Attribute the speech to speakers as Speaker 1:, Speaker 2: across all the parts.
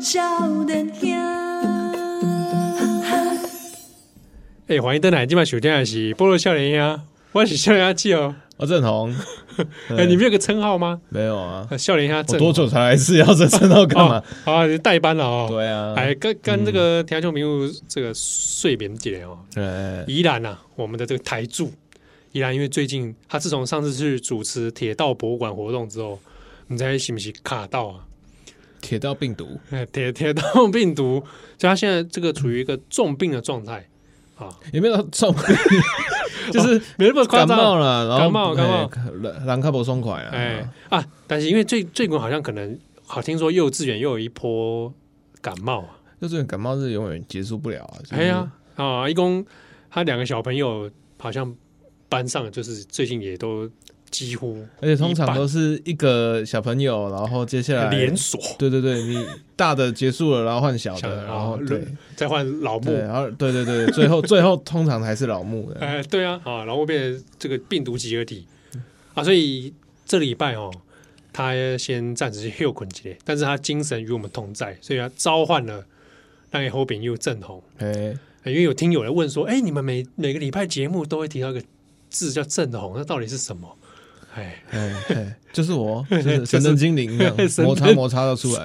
Speaker 1: 少年兄。
Speaker 2: 哎、欢迎登来，今晚收听的是《菠萝笑脸鸭》， 我是笑脸鸭记哦。
Speaker 3: 啊，郑红，
Speaker 2: 哎、
Speaker 3: 对
Speaker 2: 你们有个称号吗？
Speaker 3: 没有啊？
Speaker 2: 呃笑脸鸭
Speaker 3: 我
Speaker 2: 正
Speaker 3: 多久才来一次？要这称号干嘛？
Speaker 2: 好啊，你代班了哦。
Speaker 3: 对啊，
Speaker 2: 哎，跟跟这个田中明物这个睡眠姐哦，
Speaker 3: 哎，
Speaker 2: 宜兰啊，我们的这个台柱宜兰，因为最近他自从上次去主持铁道博物馆活动之后，你猜是不是卡到啊？
Speaker 3: 铁道病毒，
Speaker 2: 哎铁铁道病毒，所以他现在这个处于一个重病的状态啊，
Speaker 3: 有没有中？ 就是
Speaker 2: 没那么哦夸
Speaker 3: 感冒
Speaker 2: 张。啊
Speaker 3: 了，然后
Speaker 2: 感冒感冒
Speaker 3: 冒，兰卡博松快
Speaker 2: 哎
Speaker 3: 啊，
Speaker 2: 啊，但是因为最最近好像可能好听说幼稚园又有一波感冒啊，
Speaker 3: 就是感冒是永远结束不了啊。就是
Speaker 2: 哎呀，啊，一共他两个小朋友好像班上就是最近也都几乎
Speaker 3: 而且通
Speaker 2: 一
Speaker 3: 常
Speaker 2: 半
Speaker 3: 都是一个小朋友，然后接下来
Speaker 2: 连锁，
Speaker 3: 对啊对对，你大的结束了，然后换小
Speaker 2: 小的
Speaker 3: 的，然后
Speaker 2: 然后
Speaker 3: 对
Speaker 2: 再换老
Speaker 3: 对，啊
Speaker 2: 木，
Speaker 3: 然后对对对，最后最后通常还是老木 的。
Speaker 2: 哎，对啊，啊，然后变成这个病毒集合体
Speaker 3: 嗯
Speaker 2: 啊，所以这礼拜哦，他先暂时 休困几天，但是他精神与我们同在，所以他召唤了那个侯炳佑正红，
Speaker 3: 哎，
Speaker 2: 因为有听友来问说，哎，你们每每个礼拜节目都会提到一个字叫正红，那到底是什么？哎，
Speaker 3: 哎哎，就是我，就
Speaker 2: 就是
Speaker 3: 是神灯精灵这样
Speaker 2: 神灯
Speaker 3: 摩擦摩擦到出来，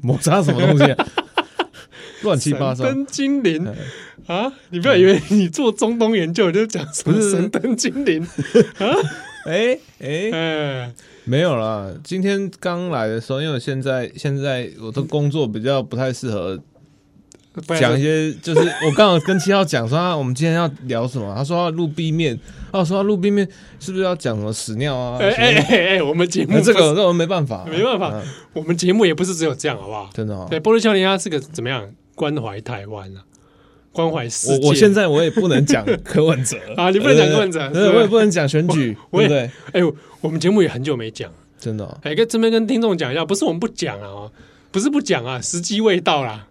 Speaker 3: 摩擦什么东 西啊？乱哎七八糟
Speaker 2: 神。灯精灵
Speaker 3: 哎
Speaker 2: 啊！你不要以为你做中东研究你就讲什么
Speaker 3: 不是
Speaker 2: 神灯精灵，
Speaker 3: 哎哎，
Speaker 2: 哎，
Speaker 3: 没有啦。今天刚来的时候，因为我现在现在我的工作比较不太适合
Speaker 2: 不然
Speaker 3: 讲一些，就是我刚好跟七号讲说，啊我们今天要聊什么？他说要录 B 面，啊，我说要录 B 面，是不是要讲什么屎尿啊？
Speaker 2: 哎哎哎哎，我们节
Speaker 3: 那
Speaker 2: 目
Speaker 3: 这
Speaker 2: 不
Speaker 3: 个
Speaker 2: 是，
Speaker 3: 那我没办法，
Speaker 2: 没办法
Speaker 3: 嗯，
Speaker 2: 我们节目也不是只有这样，好不好？
Speaker 3: 真的哦。
Speaker 2: 对，波多笑脸鸭这个怎么样？关怀台湾啊，关怀世界。
Speaker 3: 我我现在我也不能讲柯文哲
Speaker 2: 啊你不能讲柯文哲
Speaker 3: 对
Speaker 2: 是
Speaker 3: 呃对
Speaker 2: 吧
Speaker 3: 对我也不能讲选举，
Speaker 2: 我我
Speaker 3: 对
Speaker 2: 也
Speaker 3: 不对？
Speaker 2: 哎呦，我们节目也很久没讲，
Speaker 3: 真的哦，
Speaker 2: 哎，跟这边跟听众讲一下，不是我们不讲啊，哦不是不讲啊，时机未到啦。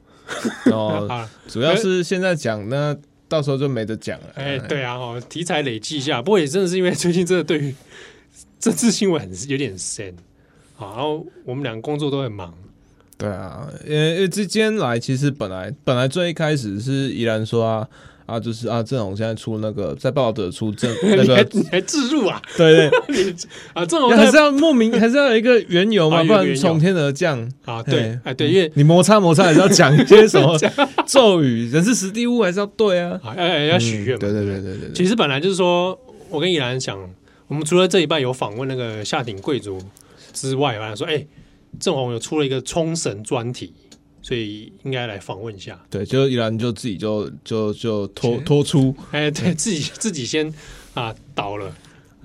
Speaker 3: 哦，
Speaker 2: 啊，
Speaker 3: 主要是现在讲，那到时候就没得讲了。
Speaker 2: 哎，，对啊，哦，题材累积一下。不过也真的是因为最近真的对于政治新闻很有点深啊，然后我们俩工作都很忙，
Speaker 3: 对啊，因为因为这今天来，其实本来本来最一开始是怡然说啊啊，就是啊，郑红现在出那个在报纸 出郑那
Speaker 2: 你还
Speaker 3: 个，
Speaker 2: 你还置入啊？
Speaker 3: 对对，
Speaker 2: 你啊，这种
Speaker 3: 还是要莫名，还是要有一个缘由
Speaker 2: 啊有
Speaker 3: 嘛，
Speaker 2: 一
Speaker 3: 不
Speaker 2: 个
Speaker 3: 然
Speaker 2: 缘
Speaker 3: 从
Speaker 2: 由
Speaker 3: 天而降。
Speaker 2: 啊，对
Speaker 3: 嘿，
Speaker 2: 哎，对，因为
Speaker 3: 你摩擦摩擦，还是要讲一些 什么咒语，人是实地物，还是要对啊，
Speaker 2: 哎哎要许愿嘛，
Speaker 3: 嗯对对
Speaker 2: 不
Speaker 3: 对对对对，
Speaker 2: 其实本来就是说，我跟依兰想，我们除了这一半有访问那个夏鼎贵族之外，我想说，哎，郑红有出了一个冲绳专题，所以应该来访问一下。
Speaker 3: 对，就依然就自己就就就脱
Speaker 2: 其实
Speaker 3: 脱出，
Speaker 2: 哎，对自己自己先啊倒了，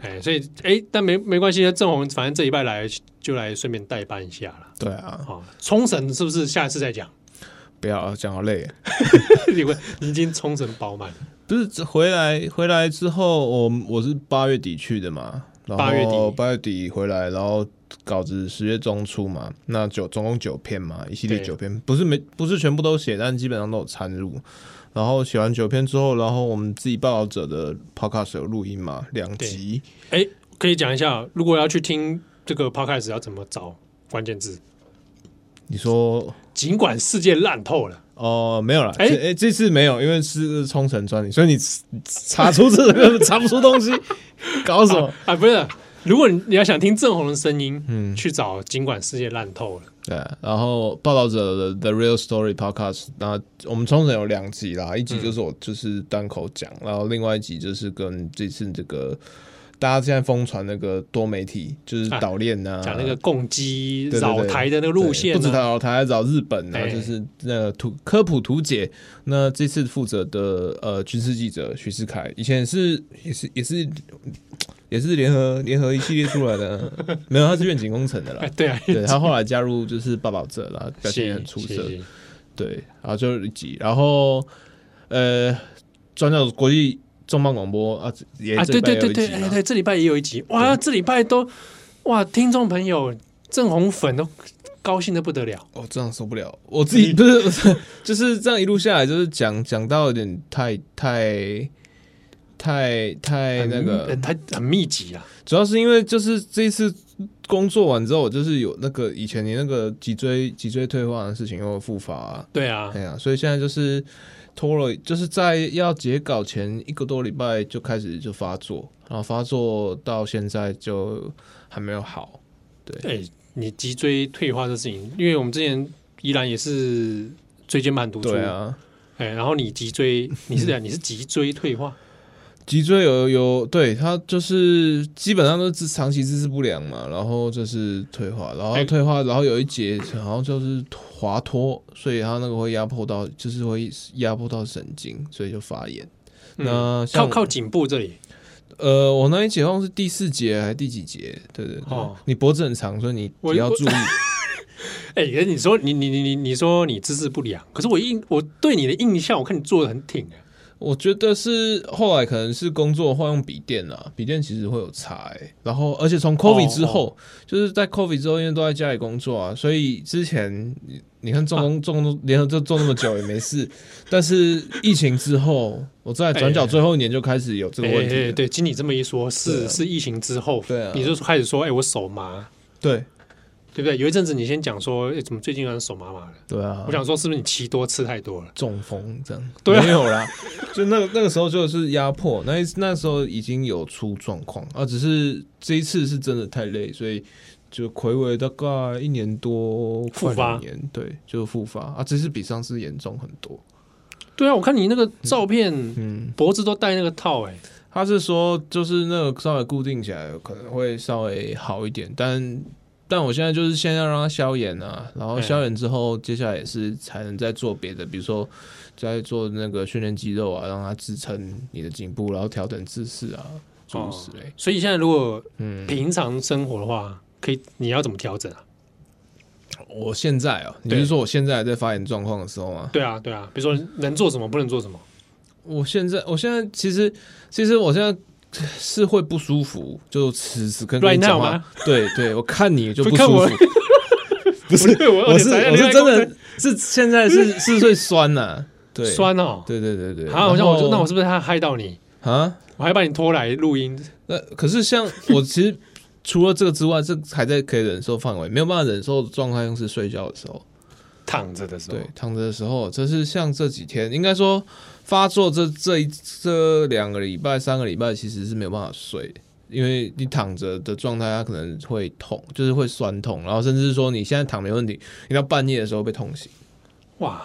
Speaker 2: 哎，所以哎，但没没关系，郑红反正这一拜来就来顺便代班一下了
Speaker 3: 对啊，
Speaker 2: 啊。冲绳是不是下一次再讲？
Speaker 3: 不要讲好累。
Speaker 2: 因为你已经冲绳饱满了，
Speaker 3: 不是这回来回来之后，我我是八月底去的嘛，然后
Speaker 2: 八月底
Speaker 3: 八月底回来，然后稿子十月中出嘛，那九总共九篇嘛，一系列
Speaker 2: 对
Speaker 3: 九篇，不是没不是全部都写，但基本上都有参入。然后写完九篇之后，然后我们自己报道者的 podcast 有录音嘛，两集。
Speaker 2: 哎，可以讲一下，如果要去听这个 podcast 要怎么找关键字？
Speaker 3: 你说
Speaker 2: 尽管世界烂透了。
Speaker 3: 哦，没有啦，
Speaker 2: 哎
Speaker 3: 哎、哎，这次没有，因为是冲绳专题，所以你查出这个查不出 东西，搞什么？
Speaker 2: 啊，不是，如果你你要想听郑红的声音，
Speaker 3: 嗯
Speaker 2: 去找《尽管世界烂透了
Speaker 3: 对，然后报道者的 The Real Story Podcast，那我们冲绳有两集啦，一集就是我就是单口讲，然后另外一集就是跟这次这个大家现在疯传那个多媒体，就是
Speaker 2: 啊
Speaker 3: 岛链呐、》，
Speaker 2: 讲那个共机
Speaker 3: 对对
Speaker 2: 扰
Speaker 3: 对
Speaker 2: 台的那个路线、
Speaker 3: 对不止
Speaker 2: 啊，
Speaker 3: 找台，还找日本啊，
Speaker 2: 哎
Speaker 3: 就是那个图科普图解。那这次负责的呃军事记者徐世凯，以前也是也是也是也是联合联合一系列出来的， 没有他是愿景工程的
Speaker 2: 哎，
Speaker 3: 啦。
Speaker 2: 对啊，
Speaker 3: 对他后来加入就是爸爸者 啦，表现也很出色。
Speaker 2: 是
Speaker 3: 对，然后就一集，然后呃，转角国际重磅广播啊，也
Speaker 2: 啊，对对
Speaker 3: 这边有
Speaker 2: 对
Speaker 3: 一
Speaker 2: 对，
Speaker 3: 集
Speaker 2: 哎
Speaker 3: 嘛
Speaker 2: 对，这礼拜也有一集，哇，这礼拜都哇，听众朋友郑红粉都高兴的不得了，
Speaker 3: 哦，这样受不了，我自 己不是不是，就是这样一路下来，就是讲讲到有点太太太太那
Speaker 2: 很
Speaker 3: 个哎
Speaker 2: 呃，他很密集啊，
Speaker 3: 主要是因为就是这一次工作完之后，我就是有那个以前你那个脊椎脊椎退化的事情，又复发、啊，
Speaker 2: 对啊
Speaker 3: 哎，呀、所以现在就是拖了，就是在要截稿前一个多礼拜就开始就发作，然后发作到现在就还没有好。
Speaker 2: 哎、你脊椎退化这事情，因为我们之前依然也是椎间盘突出，
Speaker 3: 对啊，
Speaker 2: 哎、然后你脊椎，你是讲你是脊椎退化，
Speaker 3: 脊椎有有对它就是基本上都是长期姿势不良嘛，然后就是退化，然后
Speaker 2: 哎
Speaker 3: 退化，然后有一节好像就是滑脱，所以它那个会压迫到，就是会压迫到神经，所以就发炎。
Speaker 2: 嗯
Speaker 3: 那像
Speaker 2: 靠靠颈部这里，
Speaker 3: 呃，我那一节好像是第四节还是第几节？对对对，
Speaker 2: 哦
Speaker 3: 你脖子很长，所以你
Speaker 2: 我
Speaker 3: 也要
Speaker 2: 我
Speaker 3: 注 意。
Speaker 2: 哎、可是你说你你你你你说你姿势不良，可是我印我对你的印象，我看你坐的很挺啊，
Speaker 3: 我觉得是后来可能是工作换用笔电啦，笔电其实会有差、欸。然后，而且从 COVID 之
Speaker 2: 哦
Speaker 3: 后，就是在 COVID 之后，因为都在家里工作啊，所以之前你你看重
Speaker 2: 啊
Speaker 3: 工重工联合就做那么久也没事， 但是疫情之后，我在转角最后一年就开始有这个
Speaker 2: 哎
Speaker 3: 问题
Speaker 2: 哎
Speaker 3: 了。
Speaker 2: 对，经你这么一说，是、
Speaker 3: 对啊
Speaker 2: 是疫情之后，
Speaker 3: 对啊
Speaker 2: 你就开始说，哎、我手麻，
Speaker 3: 对
Speaker 2: 对不对？有一阵子你先讲说，哎、怎么最近好像手麻麻的？
Speaker 3: 对啊
Speaker 2: 我，想说，是不是你骑多吃太多了？
Speaker 3: 中风这样，
Speaker 2: 对啊
Speaker 3: 没有啦，就那个那个时候就是压迫，那一那时候已经有出状况啊，只是这一次是真的太累，所以就暌违大概一年多，
Speaker 2: 复
Speaker 3: 快
Speaker 2: 发
Speaker 3: 两年，对，就复发啊，只是比上次严重很多。
Speaker 2: 对啊，我看你那个照片，
Speaker 3: 嗯，
Speaker 2: 脖子都戴那个套、哎。
Speaker 3: 他是说就是那个稍微固定起来可能会稍微好一点，但。但我现在就是先要让它消炎啊，然后
Speaker 2: 嗯
Speaker 3: 消炎之后，接下来也是才能再做别的，比如说再做那个训练肌肉啊，让它支撑你的颈部，然后调整姿势啊，诸如此类。
Speaker 2: 哎所以现在如果
Speaker 3: 嗯
Speaker 2: 平常生活的话，可以你要怎么调整啊？
Speaker 3: 我现在哦、你
Speaker 2: 对
Speaker 3: 是说我现在还在发炎状况的时候吗？
Speaker 2: 对啊，对啊，比如说能做什么，不能做什么。
Speaker 3: 我现在，我现在其实，其实我现在。是会不舒服，就此时跟
Speaker 2: Right
Speaker 3: 你讲
Speaker 2: now
Speaker 3: 话
Speaker 2: 吗，
Speaker 3: 对对，我看你就
Speaker 2: 不
Speaker 3: 不
Speaker 2: 看
Speaker 3: 舒
Speaker 2: 我
Speaker 3: 服，不是
Speaker 2: 对， 我
Speaker 3: 我是
Speaker 2: 而且
Speaker 3: 我是真
Speaker 2: 在
Speaker 3: 的是现 在是是最酸呐、对，，
Speaker 2: 酸哦。
Speaker 3: 对对对对。
Speaker 2: 啊，好像我就那我
Speaker 3: 我
Speaker 2: 是不是害害到你？
Speaker 3: 啊，
Speaker 2: 我还把你拖来录音。
Speaker 3: 那可是 像我其实除了这个之外，这还在可以忍受范围，没有办法忍受的状态是睡觉的时
Speaker 2: 哦
Speaker 3: 候，
Speaker 2: 躺着的时候，
Speaker 3: 对，躺着的时候，这是像这几天应该说发作这这一这两个礼拜、三个礼拜其实是没有办法睡。因为你躺着的状态，它可能会痛，就是会酸痛，然后甚至是说你现在躺没问题，你到半夜的时候被痛醒。
Speaker 2: 哇，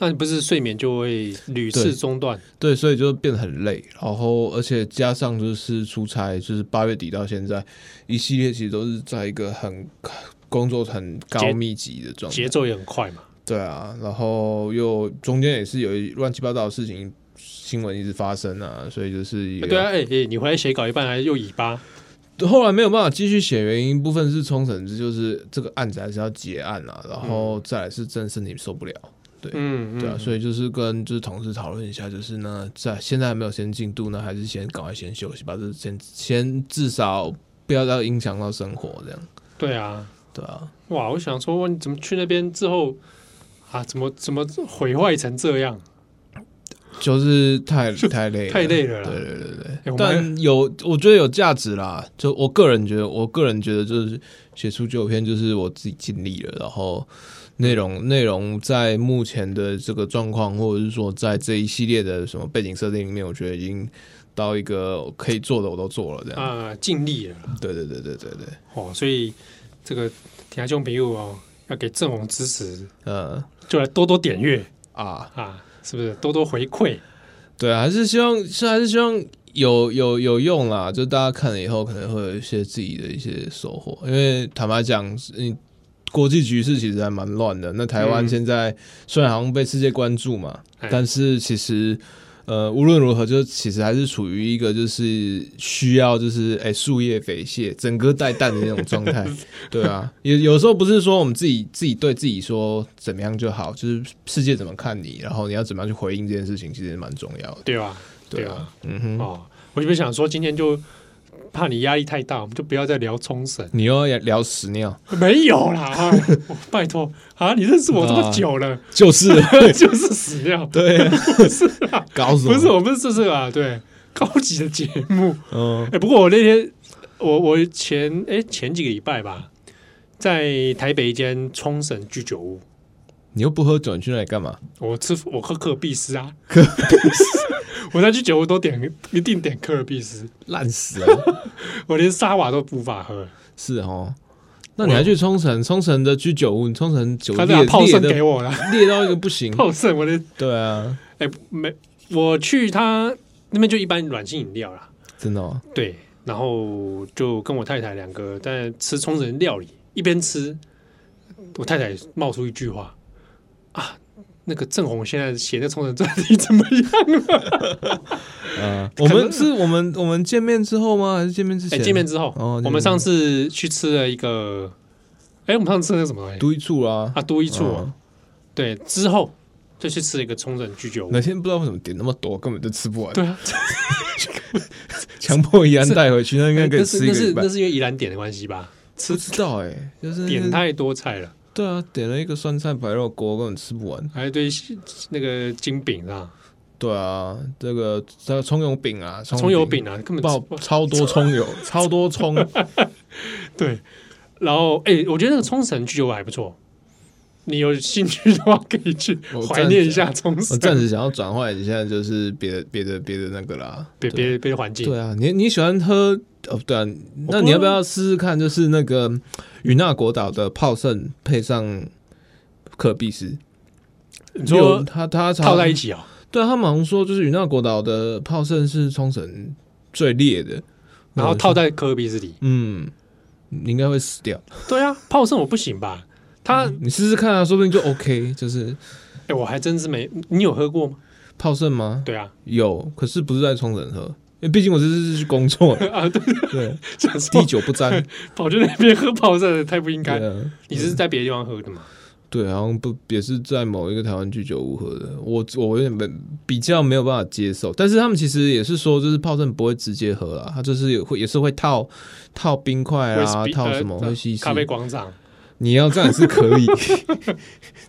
Speaker 2: 那你不是睡眠就会屡次
Speaker 3: 对
Speaker 2: 中断？
Speaker 3: 对，所以就变得很累，然后而且加上就是出差，就是八月底到现在，一系列其实都是在一个很工作很高
Speaker 2: 节
Speaker 3: 密集的状态
Speaker 2: 节，奏也很快嘛。
Speaker 3: 对啊，然后又中间也是有一乱七八糟的事情，新闻一直发生啊，所以就是一个
Speaker 2: 对啊，哎、哎，你回来写稿一半还又尾巴，
Speaker 3: 后来没有办法继续写，原因部分是冲绳，这就是这个案子还是要结案啊，然后再来是真的身体受不了。
Speaker 2: 嗯，
Speaker 3: 对啊，
Speaker 2: 嗯
Speaker 3: 所以就是跟就是同事讨论一下，就是呢，在现在还没有先进度呢，还是先赶快先休息吧，就是先先至少不要到影响到生活这样。
Speaker 2: 对啊，
Speaker 3: 对啊，
Speaker 2: 哇，我想说，哇你怎么去那边之后啊，怎么怎么毁坏成这样？
Speaker 3: 就是 太太累了，
Speaker 2: 太累了啦
Speaker 3: 对对对对，
Speaker 2: 哎我们
Speaker 3: 但有我觉得有价值啦，就我个人觉得，我个人觉得就是写出纪录片就是我自己尽力了，然后。内
Speaker 2: 嗯
Speaker 3: 容内容在目前的这个状况，或者是说在这一系列的什么背景设定里面，我觉得已经到一个可以做的我都做了，这样。
Speaker 2: 啊、尽力了。
Speaker 3: 对对对对对对，
Speaker 2: 哦，所以这个听众朋友哦，要给正红支持，
Speaker 3: 呃
Speaker 2: 就来多多点阅
Speaker 3: 啊，
Speaker 2: 啊，是不是？多多回馈，
Speaker 3: 对啊，还是希望是还是希望有有有用啦，就大家看了以后可能会有一些自己的一些收获，因为坦白讲，嗯。国际局势其实还蛮乱的。那台湾
Speaker 2: 嗯
Speaker 3: 现在虽然好像被世界关注嘛，
Speaker 2: 哎
Speaker 3: 但是其实，呃，无论如何，就其实还是处于一个就是需要就是哎树、叶肥蟹、整个带蛋的那种状 态。对啊，有有时候不是说我们自己自己对自己说怎么样就好，就是世界怎么看你，然后你要怎么样去回应这件事情，其实蛮重要的。
Speaker 2: 对吧？
Speaker 3: 对
Speaker 2: 对
Speaker 3: 啊
Speaker 2: 啊，
Speaker 3: 嗯哼，
Speaker 2: 哦，我原本想说今天就怕你压力太大，我们就不要再聊冲绳，
Speaker 3: 你又要聊屎尿，
Speaker 2: 没有啦， 啊、我拜托啊，你认识我这么久了，
Speaker 3: 就是
Speaker 2: 就是死掉，
Speaker 3: 对啊，
Speaker 2: 不是啦，
Speaker 3: 搞什么？
Speaker 2: 不是，我不是这是啊，对，高级的节目。
Speaker 3: 嗯
Speaker 2: 哎、不过我那天我我前哎前几个礼拜吧，在台北一间冲绳居酒屋，
Speaker 3: 你又不喝酒，你去那里干嘛？
Speaker 2: 我吃我喝可尔必斯啊，可 我在居酒屋都点一定点可尔必斯，
Speaker 3: 烂死了！
Speaker 2: 我连沙瓦都无法喝，
Speaker 3: 是哦，那你还去冲绳？冲绳的居酒屋，冲绳酒
Speaker 2: 他
Speaker 3: 烈
Speaker 2: 这泡
Speaker 3: 烈
Speaker 2: 剩
Speaker 3: 的
Speaker 2: 给我了，
Speaker 3: 烈到一个不行。
Speaker 2: 泡剩我连
Speaker 3: 对啊，
Speaker 2: 哎、没，我去他那边就一般软性饮料啦，
Speaker 3: 真 的哦，
Speaker 2: 对，然后就跟我太太两个在吃冲绳料理，一边吃，我太太冒出一句话啊。那个郑红现在写那冲绳专题怎么样？
Speaker 3: 嗯，我
Speaker 2: 可
Speaker 3: 们
Speaker 2: 能
Speaker 3: 是我们我们见面之后吗？还是见面之
Speaker 2: 哎、
Speaker 3: 前？
Speaker 2: 见面之后，
Speaker 3: 哦
Speaker 2: 我们上次去吃了一个，哎、我们上次吃了什么东西？
Speaker 3: 都一处啦，
Speaker 2: 啊，都一处、
Speaker 3: 嗯
Speaker 2: 对，之后就去吃了一个冲绳居酒屋
Speaker 3: 那。天不知道为什么点那么多，根本就吃不完，
Speaker 2: 对啊，
Speaker 3: 强迫怡安带回去，那应该可以
Speaker 2: 那是
Speaker 3: 吃一
Speaker 2: 那
Speaker 3: 个礼
Speaker 2: 是
Speaker 3: 拜
Speaker 2: 那。是因为宜兰点的关系吧？
Speaker 3: 不知道哎，就是
Speaker 2: 点太多菜了，
Speaker 3: 对啊，点了一个酸菜白肉锅，根本吃不完。
Speaker 2: 还有一堆那个金饼啊，
Speaker 3: 对啊，这个这个葱油饼啊，
Speaker 2: 葱油饼啊，根本吃
Speaker 3: 爆
Speaker 2: 不完
Speaker 3: 超多葱油，超多葱。
Speaker 2: 对。然后，哎、我觉得那个冲绳居酒屋还不错，你有兴趣的话可以去
Speaker 3: 我
Speaker 2: 怀念一下冲
Speaker 3: 我
Speaker 2: 绳，
Speaker 3: 暂时想要转换一下，就是别的别的别的那个啦，
Speaker 2: 别别别的环境。
Speaker 3: 对啊，你你喜欢喝哦？对啊，那你要不要试试看？就是那个嗯与那国岛的泡盛配上可比斯，
Speaker 2: 你
Speaker 3: 就
Speaker 2: 说
Speaker 3: 他他
Speaker 2: 套在一
Speaker 3: 起。
Speaker 2: 起哦，
Speaker 3: 对啊他们好像说，就是与那国岛的泡盛是冲绳最烈的，
Speaker 2: 然后套在科比斯里。
Speaker 3: 嗯，你应该会死掉。
Speaker 2: 对啊，泡盛我不行吧？他，哎、
Speaker 3: 你试试看啊，说不定就 OK。就是
Speaker 2: 我还真是没，你有喝过吗？
Speaker 3: 泡盛吗？
Speaker 2: 对啊，
Speaker 3: 有，可是不是在冲绳喝，因为毕竟我这是去工 作的，
Speaker 2: 啊对，
Speaker 3: 对，
Speaker 2: 想说
Speaker 3: 滴酒 不沾。
Speaker 2: 跑去那边喝泡盛太不应该
Speaker 3: 对。啊，
Speaker 2: 你是在别的地方喝的吗？
Speaker 3: 对，好像不也是在某一个台湾居酒屋喝的，我我有点没比较没有办法接受，但是他们其实也是说，就是泡盛不会直接喝啦，他就是也会也是会套套冰块
Speaker 2: 威士
Speaker 3: 啊，
Speaker 2: 忌
Speaker 3: 套
Speaker 2: 呃
Speaker 3: 什么
Speaker 2: 呃
Speaker 3: 会稀释
Speaker 2: 咖。啡广场，
Speaker 3: 你要这样也是可 以，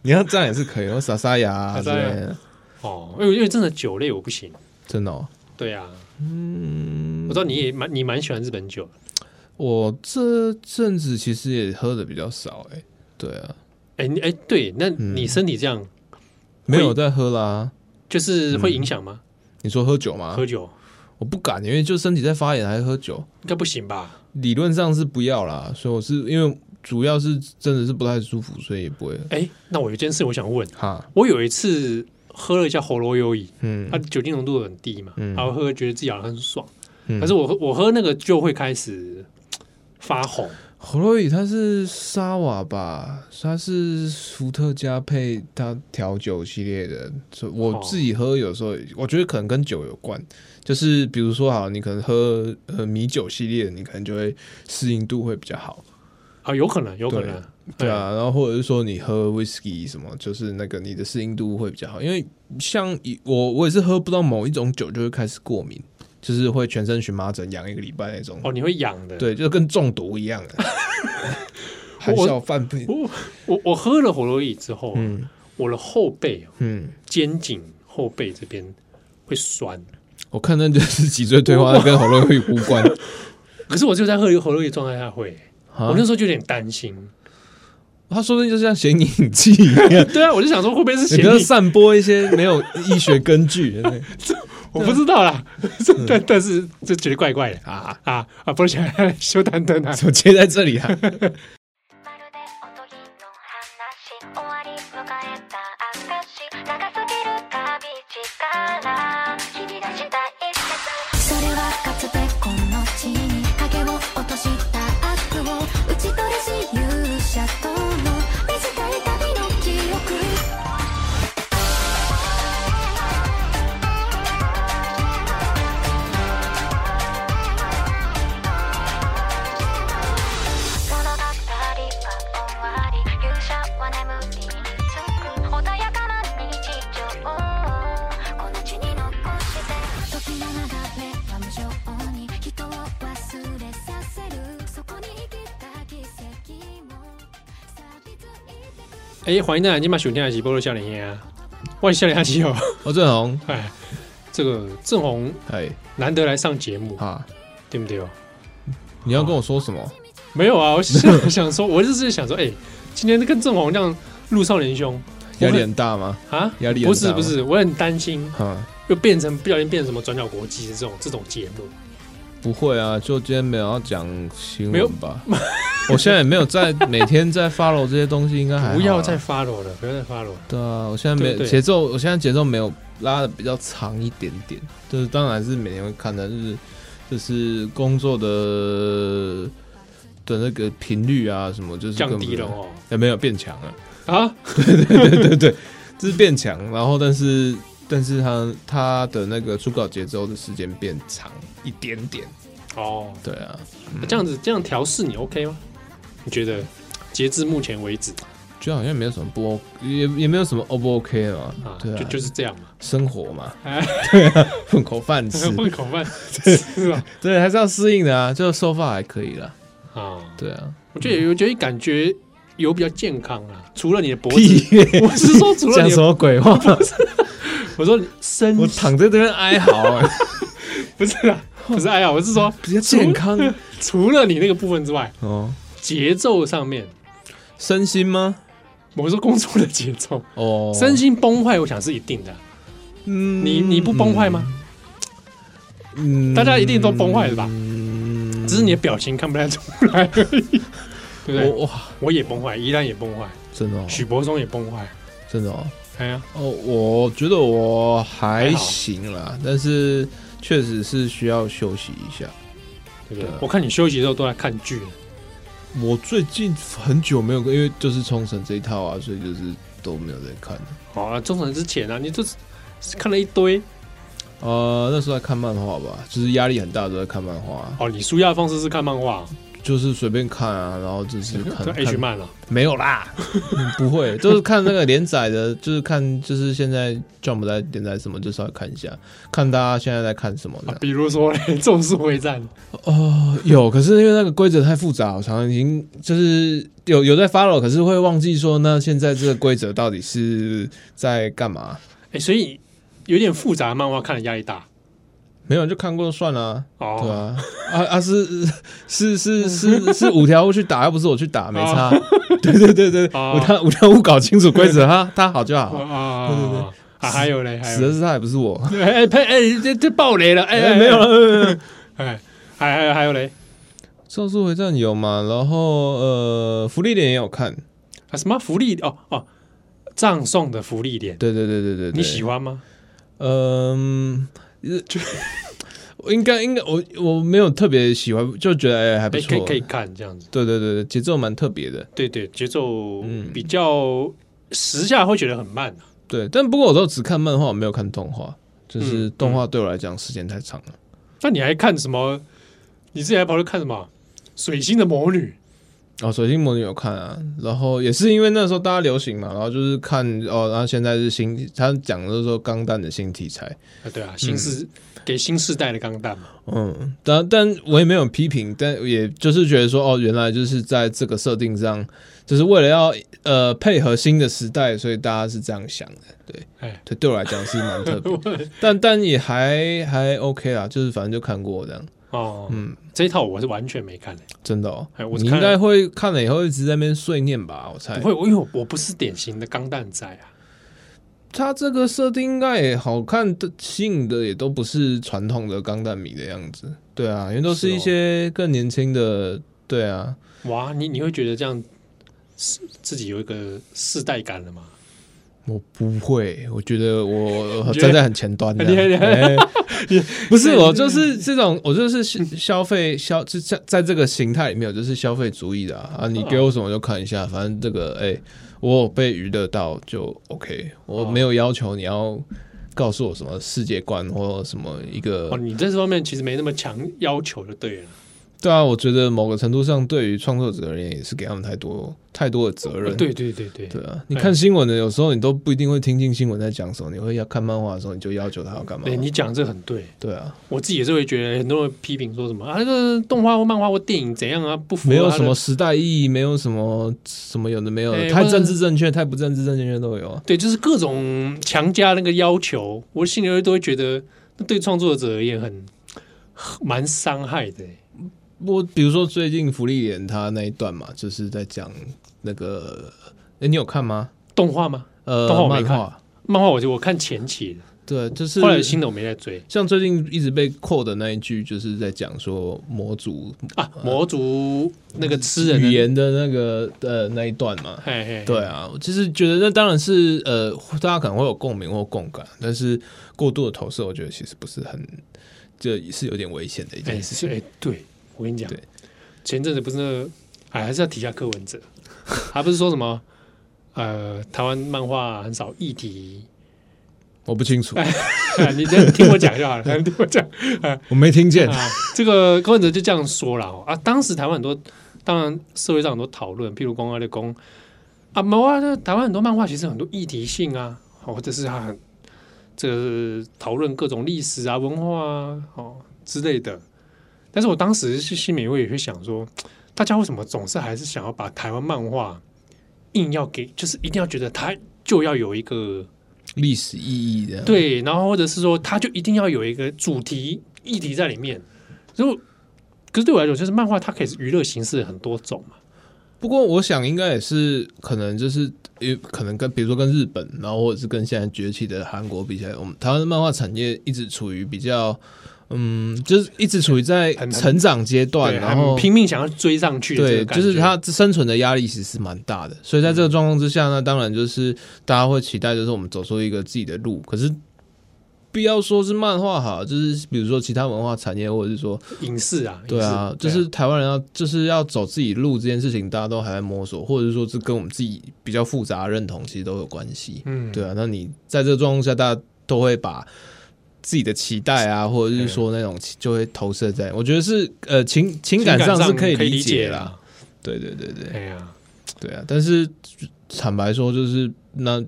Speaker 3: 你要这样也是可以，然后撒撒牙啊之
Speaker 2: 撒撒牙
Speaker 3: 类的，
Speaker 2: 哦，因为因为真的酒类我不行。
Speaker 3: 真的、哦。
Speaker 2: 对啊，嗯，我知道你也蛮你蛮喜欢日本酒的，
Speaker 3: 我这阵子其实也喝的比较少、欸，哎，对啊，
Speaker 2: 哎、你哎、对，那
Speaker 3: 嗯
Speaker 2: 你身体这样、
Speaker 3: 没有在喝啦。
Speaker 2: 就是会影响吗？
Speaker 3: 你说喝酒吗
Speaker 2: 喝？酒
Speaker 3: 我不敢，因为就身体在发炎还喝酒，
Speaker 2: 应该不行吧？
Speaker 3: 理论上是不要啦。所以我是因为主要是真的是不太舒服，所以也不会
Speaker 2: 哎、那我有一件事我想问，
Speaker 3: 哈，
Speaker 2: 我有一次喝了一下喉咙优饮，
Speaker 3: 嗯
Speaker 2: 它酒精浓度很低嘛，
Speaker 3: 嗯
Speaker 2: 然后喝觉得自己好像很爽，
Speaker 3: 嗯
Speaker 2: 可是我喝我喝那个就会开始嘖发红，
Speaker 3: 喉咙饮它是沙瓦吧，它是伏特加配它调酒系列的。所以我
Speaker 2: 哦
Speaker 3: 自己喝有时候，我觉得可能跟酒有关，就是比如说好，你可能喝呃米酒系列的，你可能就会适应度会比较好。
Speaker 2: 啊，有可能，有可能，
Speaker 3: 对啊，然后或者是说你喝 whisky 什么，就是那个你的适应度会比较好，因为像以我我也是喝不到某一种酒就会开始过敏，就是会全身荨麻疹痒一个礼拜那种
Speaker 2: 对，，哦，你会痒的，
Speaker 3: 对，就跟中毒一 样的。含笑半步，
Speaker 2: 我哦我我喝了喉咙饮之后，啊
Speaker 3: 嗯
Speaker 2: 我的后背、啊
Speaker 3: 嗯，
Speaker 2: 肩颈、后背这边会酸，
Speaker 3: 我看那就是脊椎退化，跟喉咙会无关。
Speaker 2: 可是我就在喝喉咙饮状态下会，
Speaker 3: 啊
Speaker 2: 我那时候就有点担心，
Speaker 3: 他说不定就像显影剂一 样，
Speaker 2: 对啊，我就想说会不会是
Speaker 3: 你
Speaker 2: 咸
Speaker 3: 不要
Speaker 2: 你？
Speaker 3: 散播一些没有医学 根据的
Speaker 2: 我不知道啦， 但但是这觉得怪怪的
Speaker 3: 嗯啊！
Speaker 2: 啊啊！不是想来修丹灯啊，
Speaker 3: 怎么接在这里啊？
Speaker 1: まるでおとぎの話終わり迎えた証長すぎる旅力切り出した一節それはかつてこの地に影を落とした悪を打ち取りし勇者との短い旅の記憶物語は終わり勇者は眠りにつく穏やかな日常をこの地に残して時の流れは無情に人を忘れさせるそこに生きた奇跡も錆びついてく
Speaker 2: 哎，欢迎大家今晚收听的是《波罗笑脸烟》啊，我是笑脸阿七哦，
Speaker 3: 哦，郑红，
Speaker 2: 哎，这个郑红
Speaker 3: 哎
Speaker 2: 难得来上节目，
Speaker 3: 啊，
Speaker 2: 对不对哦？
Speaker 3: 你要跟我说什么？
Speaker 2: 没有啊，我想想说，我就是想说，哎、今天跟郑宏这样陆少年兄
Speaker 3: 压力很大吗？
Speaker 2: 啊，
Speaker 3: 压力很
Speaker 2: 不是
Speaker 3: 大吗
Speaker 2: 不是，我很担心
Speaker 3: 哈，
Speaker 2: 又变成不小心变成什么转角国际的这种这种节目。
Speaker 3: 不会啊，就今天没有要讲新
Speaker 2: 没有
Speaker 3: 闻吧？我现在也没有在每天在 follow 这些东西，应该还好啦啊
Speaker 2: 不要再 follow 了，不要再 follow 了。
Speaker 3: 对啊，我现在没
Speaker 2: 对对
Speaker 3: 节奏，我现在节奏没有拉的比较长一点点，就是当然是每天会看的，就是就是工作的的那个频率啊什么，就是
Speaker 2: 降
Speaker 3: 根本
Speaker 2: 低了哦。
Speaker 3: 哎没有变强了，
Speaker 2: 啊，
Speaker 3: 就是变强，然后但是但是它它的那个初稿节奏的时间变长一点点，
Speaker 2: 哦，
Speaker 3: 对啊，
Speaker 2: 这样子这样调试你 OK 吗？你觉得截至目前为止
Speaker 3: 就好像没有什么不 O，也也没有什么 O 不 OK 嘛，
Speaker 2: 啊，
Speaker 3: 对啊，
Speaker 2: 就就是这样嘛，
Speaker 3: 生 活嘛，啊
Speaker 2: 哎
Speaker 3: 混口 饭吃，
Speaker 2: 混口 饭是吧？
Speaker 3: 对，还是要适应的啊，就收发还可以啦，
Speaker 2: 啊，
Speaker 3: 对啊。
Speaker 2: 我觉得我觉得感觉有比较健康啊，除了你的脖子，
Speaker 3: 屁耶！
Speaker 2: 我是说除了
Speaker 3: 讲
Speaker 2: 你
Speaker 3: 什
Speaker 2: 的，
Speaker 3: 么 鬼话？
Speaker 2: 我说你身
Speaker 3: 我躺在这边哀 嚎、哎，
Speaker 2: 不是啊，不是哎呀，我是说
Speaker 3: 比较健康
Speaker 2: 除了你那个部分之外，
Speaker 3: 哦。
Speaker 2: 节奏上面，
Speaker 3: 身心吗？
Speaker 2: 我是说工作的节奏，
Speaker 3: 哦，
Speaker 2: 身心崩坏，我想是一定的啊。
Speaker 3: 嗯
Speaker 2: 你你不崩坏吗？？
Speaker 3: 嗯
Speaker 2: 大家一定都崩坏了吧
Speaker 3: 嗯
Speaker 2: 只是你的表情看不太出来而已， 对不对？我
Speaker 3: 我哇，
Speaker 2: 也崩坏，依然也崩坏，
Speaker 3: 真的哦，
Speaker 2: 许博松也崩坏，
Speaker 3: 真的哦。
Speaker 2: 哎呀，
Speaker 3: 哦，我觉得我还
Speaker 2: 还好
Speaker 3: 行啦，但是确实是需要休息一下。
Speaker 2: 对不对
Speaker 3: 对啊？
Speaker 2: 我看你休息的时候都在看剧呢，
Speaker 3: 我最近很久没有，因为就是冲绳这一套啊，所以就是都没有在看。
Speaker 2: 好啊，中场之前啊，你就是看了一堆
Speaker 3: 呃，那时候在看漫画吧，就是压力很大，都在看漫画。啊
Speaker 2: 哦，你舒压的方式是看漫画
Speaker 3: 就是随便看啊，然后就是看
Speaker 2: 看 H 啊
Speaker 3: 看
Speaker 2: 漫了，
Speaker 3: 没有啦，嗯 不会，就是看那个连载的，就是看就是现在 Jump 在连载什么，就稍微看一下，看大家现在在看什么
Speaker 2: 啊
Speaker 3: 的。
Speaker 2: 比如说嘞 《咒术回战》
Speaker 3: 哦，有，可是因为那个规则太复杂，我常常已经就是有有在 follow，可是会忘记说那现在这个规则到底是在干嘛？
Speaker 2: 哎，所以有点复杂的漫画看的压力大
Speaker 3: 没有就看过就算了、啊，对
Speaker 2: 哦，
Speaker 3: 啊，啊啊是是是是是五条悟去打，又不是我去打，没差。对对对对，
Speaker 2: 哦
Speaker 3: 五条五条悟搞清楚规 则，他他好就好。
Speaker 2: 啊，
Speaker 3: 对对对
Speaker 2: 啊，还有嘞，还
Speaker 3: 死的
Speaker 2: 有，
Speaker 3: 是他，也不是我。
Speaker 2: 哎哎呸，哎这这爆雷了，哎哎
Speaker 3: 没有了，没有了。
Speaker 2: 哎，还还有还有嘞，
Speaker 3: 咒术回战有嘛？然后呃，福利脸也有看。
Speaker 2: 啊什么福利哦哦，葬送的福利点，
Speaker 3: 对对对对对，对
Speaker 2: 你喜？欢吗？
Speaker 3: 嗯，就我应该应该我我没有特别喜欢，就觉得哎、还不
Speaker 2: 哎，可
Speaker 3: 错。
Speaker 2: 以可以看这样子，
Speaker 3: 对对对对，节奏蛮特别的。
Speaker 2: 对对，节奏
Speaker 3: 嗯
Speaker 2: 比较时下会觉得很慢啊
Speaker 3: 对，但不过我都只看漫画，我没有看动画。就是
Speaker 2: 嗯
Speaker 3: 动画对我来讲时间太长了。
Speaker 2: 那你还看什么？你自己还跑去看什么？水星的魔女
Speaker 3: 哦，水星魔女有看啊，然后也是因为那时候大家流行嘛，然后就是看哦，然后现在是新，他讲的是说钢弹的新题材，
Speaker 2: 啊，对啊，新世、给新世代的钢弹嘛，
Speaker 3: 嗯，但但我也没有批评，但也就是觉得说，哦，原来就是在这个设定上，就是为了要呃配合新的时代，所以大家是这样想的，对，
Speaker 2: 哎，
Speaker 3: 对，对我来讲是蛮特别， 但但也还还 OK 啦，就是反正就看过这样，
Speaker 2: 哦，
Speaker 3: 嗯，
Speaker 2: 这一套我是完全没看的、
Speaker 3: 真的哦
Speaker 2: 哎我，
Speaker 3: 你
Speaker 2: 看了
Speaker 3: 应该会看了以后一直在那边碎念吧，我猜
Speaker 2: 不，会，我因为我我不是典型的钢弹仔啊，
Speaker 3: 他这个设定应该也好看的，吸引的也都不是传统的钢弹迷的样子，对啊，因为都是一
Speaker 2: 是哦
Speaker 3: 些更年轻的，对啊。
Speaker 2: 哇，你你会觉得这样是自己有一个世代感了吗？
Speaker 3: 我不会，我觉得我
Speaker 2: 你觉得
Speaker 3: 站在很前端的
Speaker 2: 你你，
Speaker 3: 哎不是我就是这种，我就是消消费消，就在在这个形态里面，我就是消费主义的啊。
Speaker 2: 哦
Speaker 3: 啊你给我什么我就看一下，反正这个哎、我有被娱乐到就 OK，我
Speaker 2: 哦
Speaker 3: 没有要求你要告诉我什么世界观或什么一
Speaker 2: 哦，
Speaker 3: 个。
Speaker 2: 你在这方面其实没那么强要求就对了。
Speaker 3: 对啊，我觉得某个程度上，对于创作者而言，也是给他们太多太多的责任。
Speaker 2: 哦对哎对对对，
Speaker 3: 对啊，你看新闻的，有时候你都不一定会听进新闻在讲什么，你会要看漫画的时候，你就要求他要干嘛
Speaker 2: 对？哎你讲这很对，
Speaker 3: 对啊，
Speaker 2: 我自己也是会觉得很多人批评说什么啊，这个动画或漫画或电影怎样啊，不符合
Speaker 3: 没有
Speaker 2: 它的
Speaker 3: 什么时代意义，没有什么什么有的没有
Speaker 2: 哎
Speaker 3: 的，太
Speaker 2: 我
Speaker 3: 政治正确，太不政治正确都有啊。
Speaker 2: 对，就是各种强加那个要求，我心里会都会觉得，那对创作者而言很很蛮伤害的欸。
Speaker 3: 我比如说最近福利脸他那一段嘛，就是在讲那个，哎、你有看吗？
Speaker 2: 动画吗？
Speaker 3: 呃，
Speaker 2: 动画我没
Speaker 3: 漫
Speaker 2: 看
Speaker 3: 画，
Speaker 2: 漫画我就我看前期的，
Speaker 3: 对，就是
Speaker 2: 后来有新的我没在追
Speaker 3: 像最近一直被扣的那一句，就是在讲说魔族
Speaker 2: 啊。魔族那个吃人的
Speaker 3: 语，言的那个呃那一段嘛，
Speaker 2: 嘿嘿，嘿
Speaker 3: 对啊，我其实觉得那当然是呃，大家可能会有共鸣或共感，但是过度的投射，我觉得其实不是很，这是有点危险的一
Speaker 2: 哎
Speaker 3: 件事
Speaker 2: 是
Speaker 3: 情。
Speaker 2: 哎，对我跟你讲
Speaker 3: 对，
Speaker 2: 前阵子不是那个，哎，还是要提一下柯文哲，还不是说什么呃，台湾漫画很少议题，
Speaker 3: 我不清楚，
Speaker 2: 哎你先听我讲就好了， 听我讲。
Speaker 3: 我没听见。
Speaker 2: 啊，这个柯文哲就这样说了哦啊，当时台湾很多，当然社会上很多讨论，譬如公开的公啊，没有啊，这台湾很多漫画其实很多议题性啊，哦，或者是它很这个讨论各种历史啊、文化啊、哦之类的。但是我当时是心里会也会想说，大家为什么总是还是想要把台湾漫画硬要给，就是一定要觉得它就要有一个
Speaker 3: 历史意义这样，
Speaker 2: 对，然后或者是说，它就一定要有一个主题议题在里面。所以我，可是对我来讲，就是漫画它可以是娱乐形式很多种嘛。
Speaker 3: 不过我想应该也是可能就是也可能跟比如说跟日本，然后或者是跟现在崛起的韩国比起来，我们台湾的漫画产业一直处于比较嗯，就是一直处于在
Speaker 2: 很
Speaker 3: 成长阶段，
Speaker 2: 对，
Speaker 3: 然
Speaker 2: 很
Speaker 3: 后
Speaker 2: 拼命想要追上去的这
Speaker 3: 对，
Speaker 2: 个感
Speaker 3: 就
Speaker 2: 觉，
Speaker 3: 是它生存的压力其实是蛮大的，所以在这个状况之下呢，当然就是大家会期待，就是我们走出一个自己的路。可是，不要说是漫画好，就是比如说其他文化产业，或者是说，
Speaker 2: 影视啊，
Speaker 3: 对啊
Speaker 2: 影视，
Speaker 3: 就是台湾人要就是要走自己路这件事情，大家都还在摸索，或者是说这跟我们自己比较复杂的认同其实都有关系。
Speaker 2: 嗯，
Speaker 3: 对啊，那你在这个状况下，大家都会把自己的期待啊，或者是说那种就会投射在，我觉得是呃情情感上是可以理解啦。。对对对对。
Speaker 2: 哎呀，
Speaker 3: 对啊，但是坦白说，就是那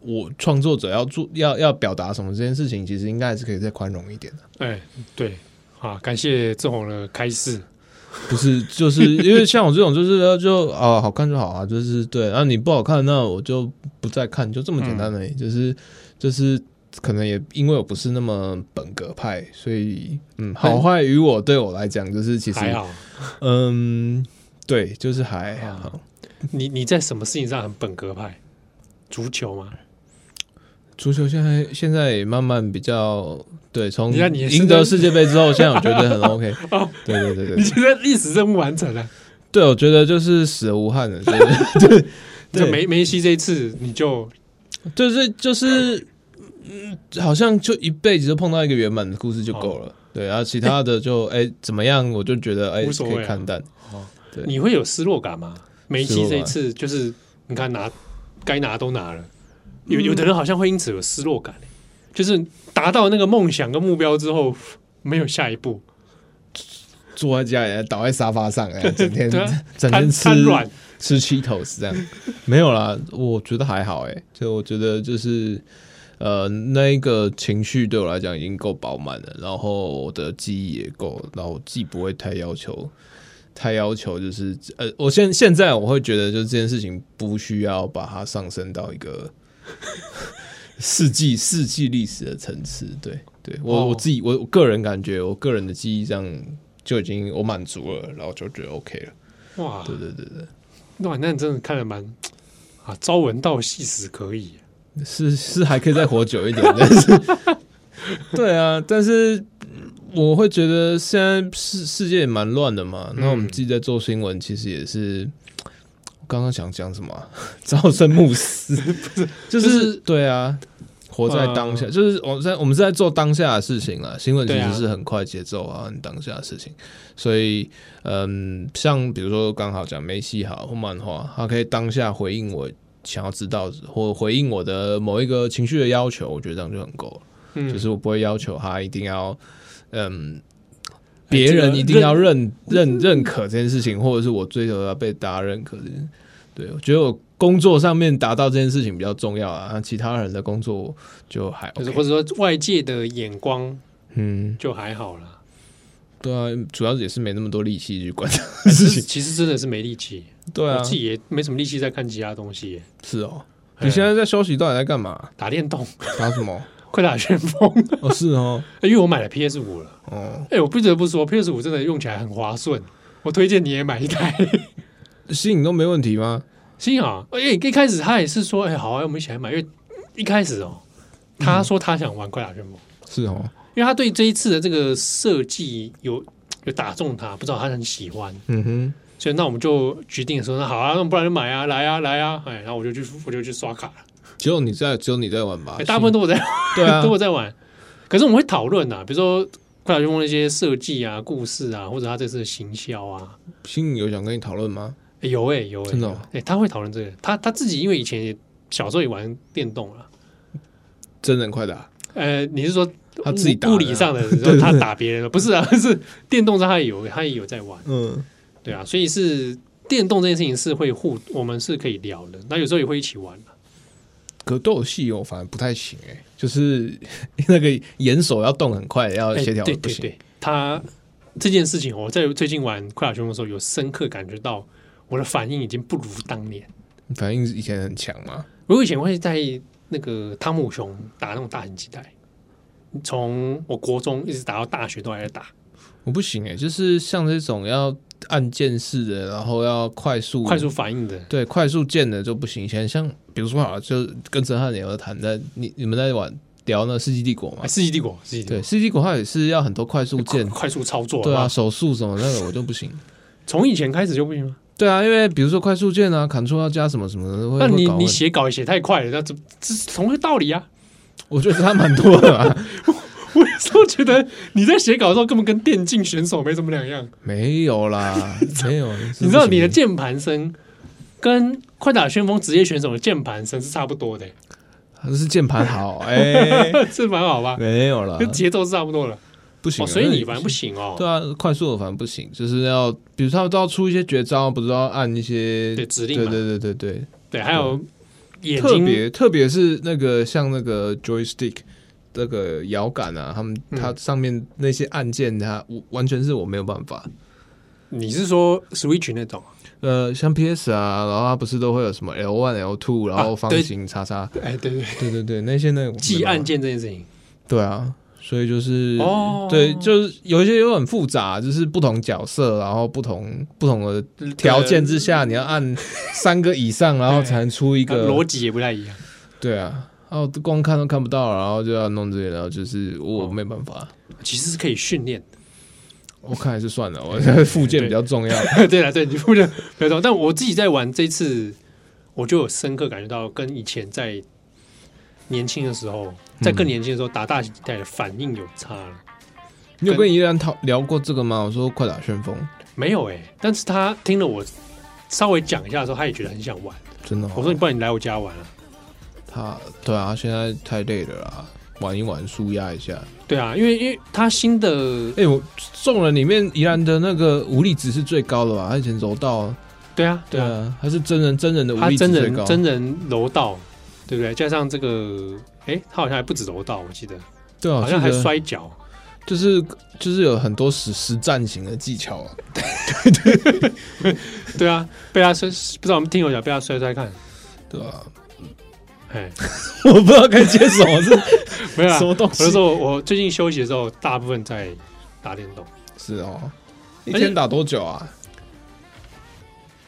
Speaker 3: 我创作者要做要要表达什么这件事情，其实应该还是可以再宽容一点的、
Speaker 2: 哎，对，啊，感谢郑红的开示。
Speaker 3: 不是， 就是因为像我这种，就是呃就啊、好看就好啊，就是对，然、后你不好看，那我就不再看，就这么
Speaker 2: 嗯
Speaker 3: 简单而已。就是就是，可能也因为我不是那么本格派，所以嗯，好坏于我对我来讲，就是其实
Speaker 2: 哎还好，
Speaker 3: 嗯，对，就是还
Speaker 2: 啊
Speaker 3: 好。
Speaker 2: 你你在什么事情上很本格派？足球吗？
Speaker 3: 足球现在现在也慢慢比较对，从
Speaker 2: 你看你
Speaker 3: 赢得世界杯之后，现在我觉得很 OK
Speaker 2: 哦。
Speaker 3: 对对对
Speaker 2: 你
Speaker 3: 对，
Speaker 2: 觉得历史任务完啊成了？
Speaker 3: 对我觉得就是死而无憾了，就是 对
Speaker 2: 这梅梅西这一次你就
Speaker 3: 就是就是，嗯，好像就一辈子就碰到一个圆满的故事就够了。对，然后其他的就哎、怎么样，我就觉得哎、
Speaker 2: 哦无所谓啊
Speaker 3: 可以看淡。对
Speaker 2: 你会有失落感吗？梅
Speaker 3: 失
Speaker 2: 西这
Speaker 3: 落感
Speaker 2: 一次就是你看拿该拿都拿了，
Speaker 3: 嗯
Speaker 2: 有有的人好像会因此有失落感、就是达到那个梦想跟目标之后，没有下一步，
Speaker 3: 坐在家里倒在沙发上，哎、整天
Speaker 2: 对啊
Speaker 3: 整
Speaker 2: 瘫
Speaker 3: 天吃
Speaker 2: 瘫软。
Speaker 3: 吃 Cheetos 这样， 没有啦，我觉得还好哎、就我觉得就是呃，那一个情绪对我来讲已经够饱满了，然后我的记忆也够，然后我既不会太要求，太要求就是呃，我现现在我会觉得就是这件事情不需要把它上升到一个 世纪世纪历史的层次，对对我、
Speaker 2: 哦
Speaker 3: 我自己我我个人感觉，我个人的记忆上就已经我满足了，然后就觉得 OK 了，
Speaker 2: 哇，
Speaker 3: 对对对对。
Speaker 2: 哇，那你真的看得蛮啊，朝闻道夕死可矣。
Speaker 3: 是是还可以再活久一点，但是对啊，但是我会觉得现在世世界也蛮乱的嘛。那我
Speaker 2: 嗯
Speaker 3: 们自己在做新闻，其实也是我刚刚想讲什么啊、 朝生暮死，
Speaker 2: 就
Speaker 3: 就
Speaker 2: 是呃
Speaker 3: 对啊，活在当下，就是我们在我们是在做当下的事情啊。新闻其
Speaker 2: 对啊
Speaker 3: 实是很快节奏啊，很当下的事情，所以嗯，像比如说刚好讲梅西好或漫画，它可以当下回应我想要知道或回应我的某一个情绪的要求，我觉得这样就很够了。
Speaker 2: 嗯
Speaker 3: 就是我不会要求他一定要，嗯，
Speaker 2: 哎
Speaker 3: 别
Speaker 2: 这个
Speaker 3: 人一定
Speaker 2: 认
Speaker 3: 要认认认可这件事情，或者是我追求要被大家认可这件。对，我觉得我工作上面达到这件事情比较重要啊，那其他人的工作就还
Speaker 2: 就是
Speaker 3: OK
Speaker 2: 或者说外界的眼光
Speaker 3: 嗯，
Speaker 2: 就还好 啦。
Speaker 3: 对啊，主要也是没那么多力气去 管。
Speaker 2: 哎其实其实真的是没力气，
Speaker 3: 对啊
Speaker 2: 我，自己也没什么力气在看其他东西耶、
Speaker 3: 是哦。
Speaker 2: 哎
Speaker 3: 你现在在休息，到底在干嘛？
Speaker 2: 打电动，
Speaker 3: 打什么？
Speaker 2: 快打旋风，
Speaker 3: 哦是哦，
Speaker 2: 因为我买了 PS 五了。
Speaker 3: 哦，
Speaker 2: 哎、我不得不说，PS 五真的用起来很划算，我推荐你也买一台。
Speaker 3: 吸引都没问题吗？
Speaker 2: 心啊，哎、一开始他也是说，哎、好啊，我们一起来买，因为一开始哦，他说他想玩快打旋风，
Speaker 3: 是哦，
Speaker 2: 因为他对这一次的这个设计有有打中他，不知道他很喜欢，
Speaker 3: 嗯哼，
Speaker 2: 所以那我们就决定说，那好啊，那不然就买啊，来啊，来啊，哎，然后我就去我就去刷卡了，
Speaker 3: 只有你在，只有你在玩吧
Speaker 2: 哎，大部分都我在、
Speaker 3: 啊对啊
Speaker 2: 都，我在玩，可是我们会讨论啊，比如说。快打旋风那些设计啊、故事啊，或者他这次的行销啊，
Speaker 3: 吸引有想跟你讨论吗？
Speaker 2: 哎有哎、有哎、
Speaker 3: 真的哦
Speaker 2: 有哎、他会讨论这个。他他自己因为以前也小时候也玩电动啊，
Speaker 3: 真人快打，
Speaker 2: 呃，你是说
Speaker 3: 他自己打的啊
Speaker 2: 物物理上 的，你说他打别人了？不是啊， 是电动上他也有，他也有在玩，
Speaker 3: 嗯，
Speaker 2: 对啊，所以是电动这件事情是会互，我们是可以聊的，那有时候也会一起玩啊
Speaker 3: 格斗戏我反而不太行哎、就是 那个眼手要动很快，要
Speaker 2: 哎
Speaker 3: 呃协调
Speaker 2: 对
Speaker 3: 不
Speaker 2: 对
Speaker 3: 行。
Speaker 2: 对，他这件事情，我在最近玩《快打旋风》的时候，有深刻感觉到我的反应已经不如当年。
Speaker 3: 反应以前很强嘛，
Speaker 2: 我以前会在那个汤姆熊打那种大型机台，从我国中一直打到大学都还在打。
Speaker 3: 我不行哎、就是像这种要按键式的，然后要快速
Speaker 2: 快速反应的，
Speaker 3: 对快速键的就不行。以前像比如说好了，就跟陈汉也有谈在你你们在玩聊那《世纪帝国》嘛
Speaker 2: 哎，，世纪帝国，世纪帝
Speaker 3: 对，《
Speaker 2: 国，
Speaker 3: 世纪帝国》它也是要很多快速
Speaker 2: 快
Speaker 3: 键，
Speaker 2: 快速操作，
Speaker 3: 对
Speaker 2: 好不
Speaker 3: 啊，
Speaker 2: 好
Speaker 3: 手速什么那个我就不行。
Speaker 2: 从以前开始就不行吗？
Speaker 3: 对啊，因为比如说快速键啊，Ctrl 要加什么什么的，会
Speaker 2: 那
Speaker 3: 会
Speaker 2: 你
Speaker 3: 搞
Speaker 2: 你
Speaker 3: 混。
Speaker 2: 写稿也写太快了，那这这是同一个道理啊。
Speaker 3: 我觉得差蛮多的啊嘛。
Speaker 2: 我有时候觉得你在写稿的时候根本跟电竞选手没什么两样。
Speaker 3: 没有啦，没有。
Speaker 2: 你知道你的
Speaker 3: 这
Speaker 2: 键盘声跟快打旋风职业选手的键盘声是差不多的、
Speaker 3: 是键盘好哎，
Speaker 2: 是蛮好吧？
Speaker 3: 没有啦
Speaker 2: 跟，节奏是差不多的。
Speaker 3: 啊不行
Speaker 2: 哦，
Speaker 3: 啊。
Speaker 2: 所以你反正不行哦。
Speaker 3: 对啊，快速的反正不行，就是要比如说他们都要出一些绝招，不是都要按一些
Speaker 2: 对指令嘛
Speaker 3: 对对对对
Speaker 2: 对，还有
Speaker 3: 对，
Speaker 2: 眼
Speaker 3: 特
Speaker 2: 睛，
Speaker 3: 别特别是那个像那个 joystick 那个摇杆啊，他们
Speaker 2: 嗯
Speaker 3: 它上面那些按键，它我完全是我没有办法。
Speaker 2: 你是说 Switch 那种？
Speaker 3: 呃，像 PS 啊，然后它不是都会有什么 L one、L two，然后
Speaker 2: 啊
Speaker 3: 方
Speaker 2: 对
Speaker 3: 形、叉叉，
Speaker 2: 哎，对对，
Speaker 3: 对对对，那些那个我没
Speaker 2: 记
Speaker 3: 办法
Speaker 2: 按键这件事情。
Speaker 3: 对啊，所以就是、
Speaker 2: 哦
Speaker 3: 对，就是有一些又很复杂，就是不同角色，然后不同不同的条件之下，你要按三个以上，然后才能出一
Speaker 2: 那
Speaker 3: 个
Speaker 2: 逻。辑也不太一样。
Speaker 3: 对啊，哦，光看都看不到，然后就要弄这些，然后就是我
Speaker 2: 哦
Speaker 3: 没办法，
Speaker 2: 其实是可以训练的。
Speaker 3: 我看还是算了，我附件比较重要。
Speaker 2: 哦 对了，对你不能不要动。但我自己在玩这一次，我就有深刻感觉到，跟以前在年轻的时候，在更年轻的时候打大型机台的反应有差了。
Speaker 3: 你有跟怡然讨聊过这个吗？我说快打旋风，
Speaker 2: 没有哎、但是他听了我稍微讲一下的时候，他也觉得很想玩。
Speaker 3: 真的哦、
Speaker 2: 我说，你不然你来我家玩啊？
Speaker 3: 他对啊，他现在太累了啦，玩一玩，舒压一下。
Speaker 2: 对啊，因为因为他新的
Speaker 3: 哎、我众人里面宜兰的那个武力值是最高的吧？他以前柔道，
Speaker 2: 对啊对啊，
Speaker 3: 对啊，他是真人真人的武
Speaker 2: 他
Speaker 3: 力值
Speaker 2: 真
Speaker 3: 最高，
Speaker 2: 人真人柔道，对不对？加上这个，哎、他好像还不止柔道，我记得
Speaker 3: 对啊，
Speaker 2: 好像还
Speaker 3: 是的，
Speaker 2: 摔跤。
Speaker 3: 就是就是有很多实实战型的技巧啊。
Speaker 2: 对啊，被他摔，不知道我们听友讲被他摔摔看。
Speaker 3: 对 啊，
Speaker 2: 哎，
Speaker 3: 我不知道该接什么是
Speaker 2: 没有啦
Speaker 3: 什，么东
Speaker 2: 我
Speaker 3: 西
Speaker 2: 就。说我我最近休息的时候，大部分在打电动，
Speaker 3: 是哦，一
Speaker 2: 且
Speaker 3: 天打多久啊？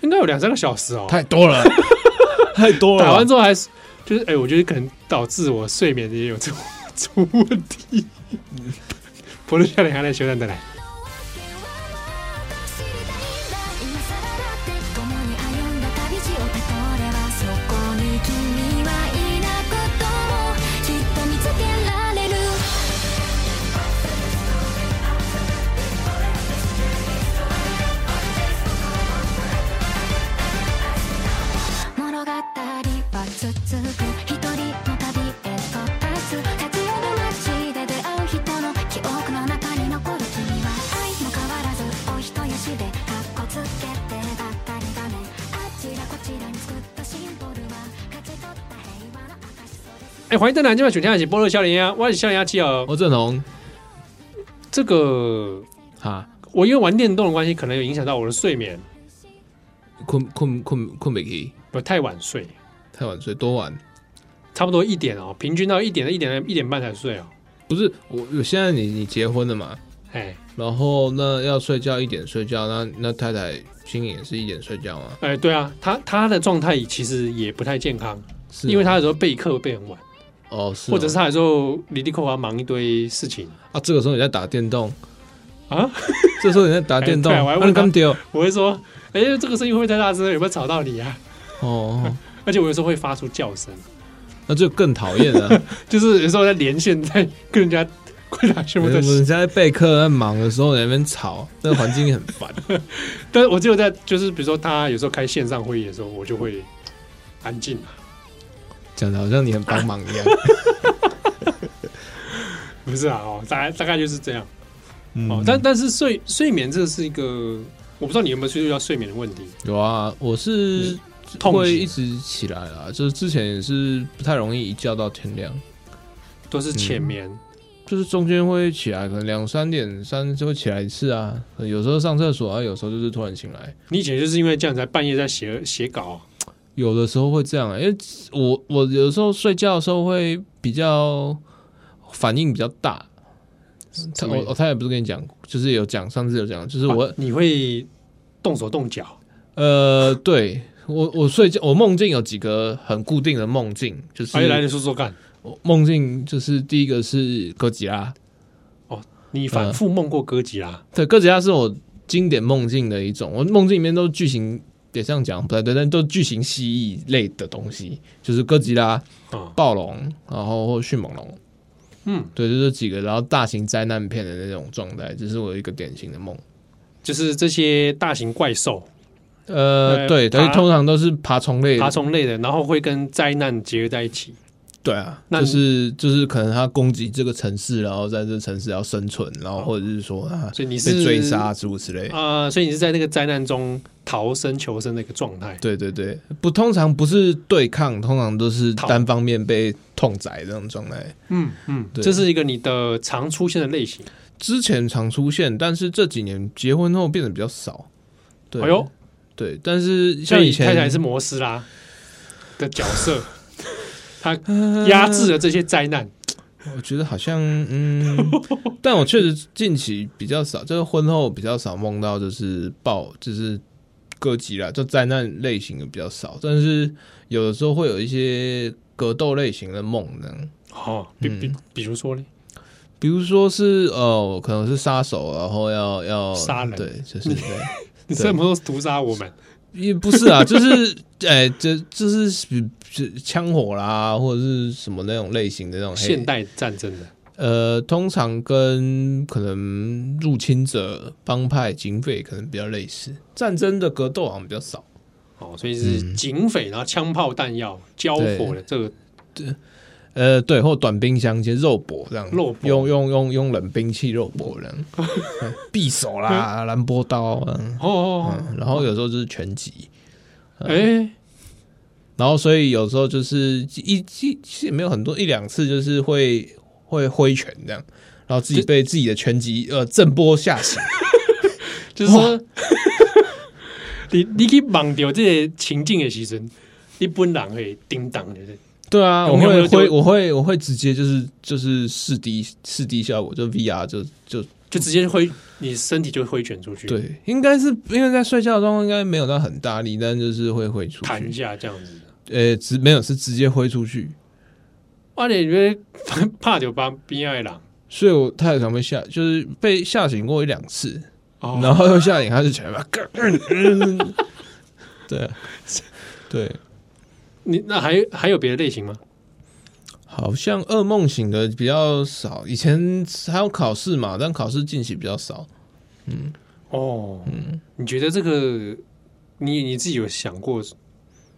Speaker 2: 应该有两三个小时哦。
Speaker 3: 太多 了，太多了。
Speaker 2: 打完之后还是就是哎、我觉得可能导致我睡眠也有出出问题。不是笑脸还来修蛋的来，
Speaker 1: 「今さらだって共に歩んだ旅路をたどればそこに君はいなことをきっと見つけられる」「物語は続く」「一人の旅へと立つ」「立ち寄る街で出会う人の記憶の中に残る君は」「愛も変わらずお人よしでかっこつけてばったりだね」「あちらこちらに作ったシンボルは勝ち取った平和の証それ」
Speaker 2: 哎、欢迎蛋奶，今晚选天一起波乐笑脸呀，我是笑脸阿七哦。
Speaker 3: 欧振宏
Speaker 2: 这个
Speaker 3: 哈，
Speaker 2: 我因为玩电动的关系，可能有影响到我的睡眠，
Speaker 3: 困困困困不起，
Speaker 2: 我太晚睡，
Speaker 3: 太晚睡，多晚？
Speaker 2: 差不多一点哦，平均到一点一点一点半才睡哦。
Speaker 3: 不是我，我现在你你结婚了嘛，
Speaker 2: 哎
Speaker 3: 然后那要睡觉一点睡觉，那那太太心里也是一点睡觉吗？
Speaker 2: 哎，对啊，他他的状态其实也不太健康，
Speaker 3: 是啊
Speaker 2: 因为他有时候备课备很晚，
Speaker 3: 哦是哦，
Speaker 2: 或者是他有时候离离扣扣忙一堆事情
Speaker 3: 啊，这个时候你在打电动，
Speaker 2: 啊。
Speaker 3: 这时候你在打电动，
Speaker 2: 哎对我还问
Speaker 3: 啊你干嘛丢
Speaker 2: 我会说，哎，这个声音会不会太大声？有没有吵到你啊？
Speaker 3: 哦，
Speaker 2: 而且我有时候会发出叫声，
Speaker 3: 那就更讨厌了。
Speaker 2: 就是有时候在连线在跟人家 鬼打
Speaker 3: 我
Speaker 2: 旋风在
Speaker 3: 们现在备课在忙的时候，在那边吵，那个环境很烦。
Speaker 2: 但是我只有在就是比如说他有时候开线上会议的时候，我就会安静嘛，
Speaker 3: 讲的好像你很帮忙一 样。
Speaker 2: 不是啊哦，大概大概就是这样哦
Speaker 3: 嗯。
Speaker 2: 但但是睡睡眠这是一个，我不知道你有没有注意到睡眠的问题。
Speaker 3: 有啊，我是
Speaker 2: 痛
Speaker 3: 会
Speaker 2: 醒
Speaker 3: 一直起来啦，就是之前也是不太容易一觉到天亮，
Speaker 2: 都是浅眠，
Speaker 3: 嗯就是中间会起来，可能两三点三就会起来一次啊。有时候上厕所啊，有时候就是突然醒来，
Speaker 2: 你以前就是因为这样才半夜在写写稿
Speaker 3: 有的时候会这样、啊因为我我有的时候睡觉的时候会比较反应比较大。他
Speaker 2: 什么意
Speaker 3: 我
Speaker 2: 思
Speaker 3: 我他也不是跟你讲，就是有讲上次有讲，就是
Speaker 2: 啊，
Speaker 3: 哦我、
Speaker 2: 你会动手动脚，
Speaker 3: 呃，对我我睡觉我梦境有几个很固定的梦境，就是
Speaker 2: 哎，来你说说看，
Speaker 3: 我梦境就是第一个是哥吉拉，
Speaker 2: 你反复梦过哥吉拉，
Speaker 3: 对，哥吉拉是我经典梦境的一种。我梦境里面都是巨型，也这样讲不太对，但都是巨型蜥蜴类的东西，就是哥吉拉、
Speaker 2: 嗯
Speaker 3: 暴龙，然后或迅猛龙，
Speaker 2: 嗯，
Speaker 3: 对，就这几个，然后大型灾难片的那种状态，这是我一个典型的梦。
Speaker 2: 就是这些大型怪兽、
Speaker 3: 呃，
Speaker 2: 呃
Speaker 3: 对，但是
Speaker 2: 爬
Speaker 3: 通常都是爬虫类的，
Speaker 2: 爬虫类的，然后会跟灾难结合在一起。
Speaker 3: 对啊，
Speaker 2: 那
Speaker 3: 就
Speaker 2: 你
Speaker 3: 是就是可能它攻击这个城市，然后在这城市要生存，然后或者是说它
Speaker 2: 哦所以你
Speaker 3: 被
Speaker 2: 是
Speaker 3: 追杀诸如此类。
Speaker 2: 啊、所以你是在那个灾难中逃生求生的一个状态。
Speaker 3: 对对对，不，通常不是对抗，通常都是
Speaker 2: 讨
Speaker 3: 单方面被痛宰这种状态。
Speaker 2: 嗯嗯，
Speaker 3: 对
Speaker 2: 这是一个你的常出现的类型。
Speaker 3: 之前常出现，但是这几年结婚后变得比较少。对，
Speaker 2: 哎呦，
Speaker 3: 对，但是
Speaker 2: 所
Speaker 3: 像
Speaker 2: 以
Speaker 3: 以前
Speaker 2: 太太是摩斯拉的角 色，他压制了这些灾难。
Speaker 3: 我觉得好像 嗯，但我确实近期比较少，就是婚后比较少梦到就是爆就是歌集啦，就灾难类型的比较少，但是有的时候会有一些格斗类型的梦呢，
Speaker 2: 哦，比
Speaker 3: 嗯
Speaker 2: 比比如说呢，
Speaker 3: 比如说是呃，可能是杀手，然后要要
Speaker 2: 杀人
Speaker 3: 对，就是对。
Speaker 2: 你什么时候屠杀我们？
Speaker 3: 也不是啊， 就是哎，这、就是比比枪火啦，或者是什么那种类型的那种黑
Speaker 2: 现代战争的
Speaker 3: 呃，通常跟可能入侵者、帮派、警匪可能比较类似，战争的格斗好像比较少。
Speaker 2: 哦，所以
Speaker 3: 嗯
Speaker 2: 是警匪，然后枪炮弹药交火的这个
Speaker 3: 呃，对，或短兵相接、肉搏这样，
Speaker 2: 肉搏
Speaker 3: 用用用用冷兵器肉搏这样， 嗯匕首啦、兰波刀，嗯，
Speaker 2: 哦哦
Speaker 3: 嗯然后有时候就是拳击，
Speaker 2: 哦，
Speaker 3: 嗯
Speaker 2: 哎，
Speaker 3: 然后所以有时候就是一一其实也没有很多一两次，就是会会挥拳这样，然后自己
Speaker 2: 这
Speaker 3: 被自己的拳击呃震波吓醒，
Speaker 2: 就是说， 你你去忘掉这些情境的时阵，你本人会叮当的。
Speaker 3: 对啊，
Speaker 2: 有
Speaker 3: 我
Speaker 2: 没有有没有
Speaker 3: 会会
Speaker 2: 就
Speaker 3: 我会我会直接就是就是四 D 四 D 效果，就 VR 就就
Speaker 2: 就直接挥，你身体就挥拳出去，，
Speaker 3: 对，应该是因为在睡觉的状况应该没有到很大力，但就是会挥出
Speaker 2: 弹一
Speaker 3: 去，
Speaker 2: 下这样子。
Speaker 3: 呃，直没有是直接挥出去，
Speaker 2: 哇，你觉得怕就帮边 爱狼
Speaker 3: 所以我太常被吓，就是被吓醒过一两次，
Speaker 2: 哦，
Speaker 3: 然后又吓醒，他就起 来吧，嘎嗯对对，
Speaker 2: 你那还还有别的类型吗？
Speaker 3: 好像噩梦醒的比较少，以前还有考试嘛，但考试近期比较少。
Speaker 2: 哦，你觉得这个你你自己有想过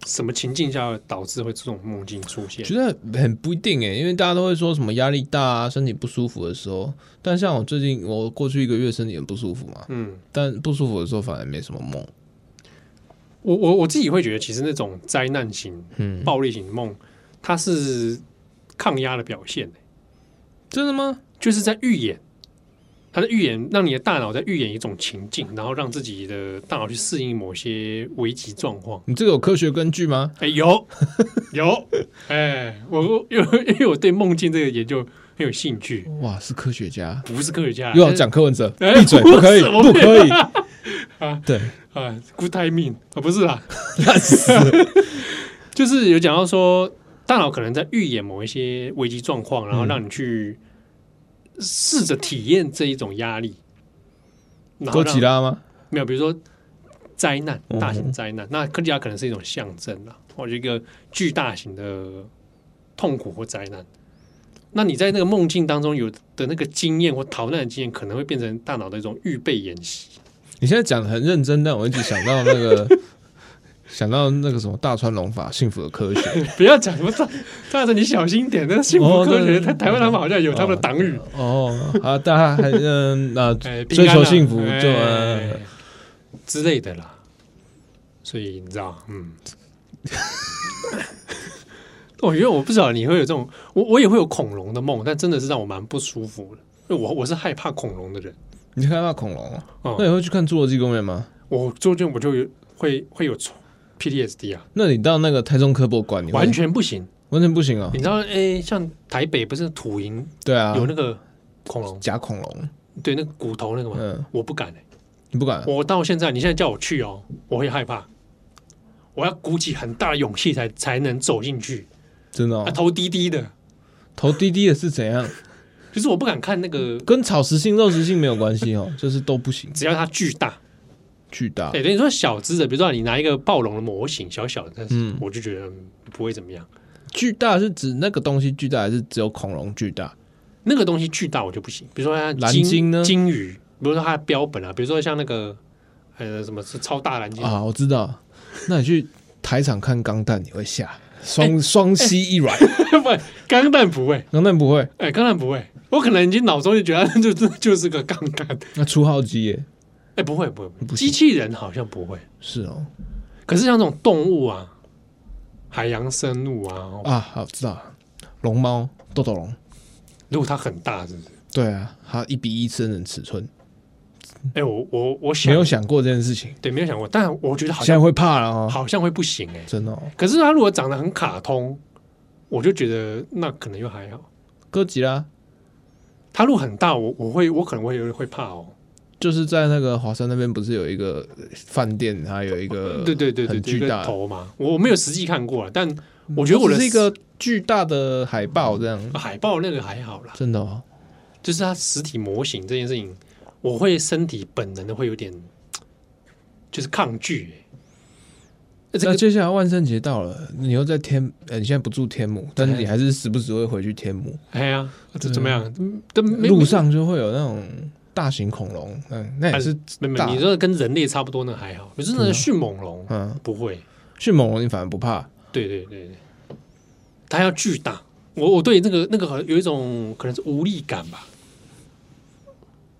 Speaker 2: 什么情境下导致会这种梦境出现？
Speaker 3: 觉得很不一定诶，因为大家都会说什么压力大啊、身体不舒服的时候，但像我最近我过去一个月身体很不舒服嘛，
Speaker 2: 嗯，
Speaker 3: 但不舒服的时候反而没什么梦。
Speaker 2: 我我我自己会觉得，其实那种灾难型、
Speaker 3: 嗯，
Speaker 2: 暴力型梦，它是抗压的表现，欸
Speaker 3: 真的吗？
Speaker 2: 就是在预演。它的预演让你的大脑在预演一种情境，然后让自己的大脑去适应某些危急状况。
Speaker 3: 你这个有科学根据吗？
Speaker 2: 哎、有有，哎、我因为因为我对梦境这个研究很有兴趣，
Speaker 3: 哇，是科学家，
Speaker 2: 不是科学家，
Speaker 3: 又要讲柯文哲，
Speaker 2: 哎
Speaker 3: 闭嘴，不可以，
Speaker 2: 我
Speaker 3: 不可以。对，
Speaker 2: 啊，good timing 啊，不是啦，
Speaker 3: 烂死了。
Speaker 2: 就是有讲到说，大脑可能在预演某一些危机状况，
Speaker 3: 嗯
Speaker 2: 然后让你去试着体验这一种压力，然后
Speaker 3: 哥吉
Speaker 2: 让
Speaker 3: 拉吗？
Speaker 2: 没有，比如说灾难，
Speaker 3: 嗯
Speaker 2: 大型灾难，那科技拉可能是一种象征啦，或者一个巨大型的痛苦或灾难。那你在那个梦境当中有的那个经验或逃难的经验，可能会变成大脑的一种预备演习。
Speaker 3: 你现在讲的很认真，但我一直想到那个， 想到那个什么大川龙法，幸福的科学。
Speaker 2: 不要讲什么大，大神你小心一点。那幸福
Speaker 3: 哦
Speaker 2: 科
Speaker 3: 对
Speaker 2: 学，
Speaker 3: 对
Speaker 2: 台台湾他们好像有他们的党羽，
Speaker 3: 哦，好，大家还嗯，那
Speaker 2: 哎平
Speaker 3: 追
Speaker 2: 安啊
Speaker 3: 求幸福就
Speaker 2: 哎
Speaker 3: 呃
Speaker 2: 之类的啦。所以你知道，嗯， 哦我因为我不知道你会有这种，我我也会有恐龙的梦，但真的是让我蛮不舒服的。因为我我是害怕恐龙的人，
Speaker 3: 你看到恐龙哦，
Speaker 2: 嗯
Speaker 3: 那你会去看侏罗纪公园吗？
Speaker 2: 我中间我就有会会有 PTSD 啊，
Speaker 3: 那你到那个台中科博馆，你会
Speaker 2: 完全不行。
Speaker 3: 完全不行哦
Speaker 2: 你。知道，哎，像台北不是土营
Speaker 3: 对啊，
Speaker 2: 有那个恐龙，
Speaker 3: 假恐龙，
Speaker 2: 对，那个骨头那个嘛，
Speaker 3: 嗯，
Speaker 2: 我不敢哎。
Speaker 3: 你不敢？啊
Speaker 2: 我到现在，你现在叫我去哦，我会害怕。我要鼓起很大的勇气才才能走进去，
Speaker 3: 真的
Speaker 2: 啊，
Speaker 3: 哦，
Speaker 2: 头低低的，
Speaker 3: 头低低的是怎样？
Speaker 2: 就是我不敢看那个，
Speaker 3: 跟草食性、肉食性没有关系哦，就是都不行，
Speaker 2: 只要它巨大，
Speaker 3: 巨大
Speaker 2: 对，等于说小只的，比如说你拿一个暴龙的模型，小小的，但是
Speaker 3: 嗯
Speaker 2: 我就觉得嗯不会怎么样。
Speaker 3: 巨大是指那个东西巨大，还是只有恐龙巨大？
Speaker 2: 那个东西巨大我就不行，比如说像
Speaker 3: 蓝
Speaker 2: 鲸
Speaker 3: 鲸呢
Speaker 2: 鲸鱼，比如说它的标本啊，比如说像那个呃什么是超大蓝鲸，
Speaker 3: 啊，我知道。那你去台场看钢弹，你会 吓双双膝一软。
Speaker 2: 不，钢弹不会，
Speaker 3: 钢弹不会，
Speaker 2: 哎、钢弹不会，我可能已经脑中就觉得它就就就是个杠杆，
Speaker 3: 那初号机耶
Speaker 2: 哎、不会不会，
Speaker 3: 不
Speaker 2: 机
Speaker 3: 行
Speaker 2: 器人好像不会。
Speaker 3: 是哦
Speaker 2: 可是像这种动物啊，海洋生物啊，
Speaker 3: 啊，好知道了龙猫豆豆龙，
Speaker 2: 如果它很大，是不是？
Speaker 3: 对啊，它一比一真人尺寸，
Speaker 2: 哎、我我我想
Speaker 3: 没有想过这件事情，
Speaker 2: 对，没有想过，但我觉得好
Speaker 3: 现在
Speaker 2: 像
Speaker 3: 会怕了哦，
Speaker 2: 好像会不行哎、
Speaker 3: 真的、哦。
Speaker 2: 可是它如果长得很卡通，我就觉得那可能又还好。
Speaker 3: 哥吉拉
Speaker 2: 它如果很大，我我会我可能会有点会怕哦。
Speaker 3: 就是在那个华山那边，不是有一个呃饭店，它有一个
Speaker 2: 对对对对，
Speaker 3: 很
Speaker 2: 这
Speaker 3: 巨
Speaker 2: 个
Speaker 3: 大，
Speaker 2: 头嘛，我没有实际看过啊，但我觉得我的
Speaker 3: 嗯是一个巨大的海报这样，
Speaker 2: 海报那个还好啦，
Speaker 3: 真的哦。
Speaker 2: 就是它实体模型这件事情，我会身体本能的会有点就是抗拒、欸。那呃这
Speaker 3: 那
Speaker 2: 个
Speaker 3: 接下来万圣节到了，你又在天，呃，你现在不住天母，但是你还是时不时会回去天母，
Speaker 2: 哎呀，这怎么样？都没
Speaker 3: 路上就会有那种大型恐龙，嗯，
Speaker 2: 哎
Speaker 3: 那也是，
Speaker 2: 没没，
Speaker 3: 大
Speaker 2: 你说跟人类差不多那还好，可是那个迅猛龙
Speaker 3: 嗯，
Speaker 2: 不会。
Speaker 3: 迅猛龙你反而不怕，
Speaker 2: 对对对对，它要巨大。我我对那个那个好像有一种可能是无力感吧。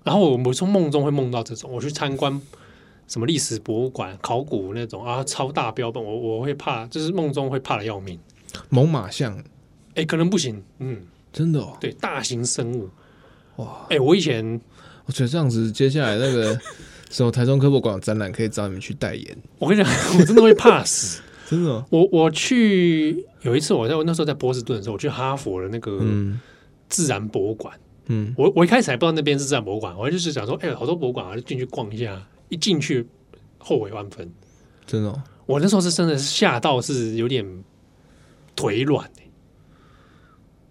Speaker 2: 然后我我从梦中会梦到这种，我去参观什么历史博物馆、考古那种啊，超大标本，我我会怕，就是梦中会怕的要命。
Speaker 3: 猛犸象
Speaker 2: 哎，可能不行，嗯，
Speaker 3: 真的哦，
Speaker 2: 对，大型生物，
Speaker 3: 哇，
Speaker 2: 哎，我以前
Speaker 3: 我觉得这样子，接下来那个什么台中科博馆展览可以找你们去代言，
Speaker 2: 我跟你讲， 我真的会怕死。
Speaker 3: 真的哦，
Speaker 2: 我我去有一次，我在我那时候在波士顿的时候，我去哈佛的那个
Speaker 3: 嗯
Speaker 2: 自然博物馆。
Speaker 3: 嗯，
Speaker 2: 我我一开始还不知道那边是自然博物馆，我就是想说，哎、好多博物馆啊，就进去逛一下。一进去后悔万分，
Speaker 3: 真的哦，
Speaker 2: 我那时候是真的是吓到是有点腿软、欸、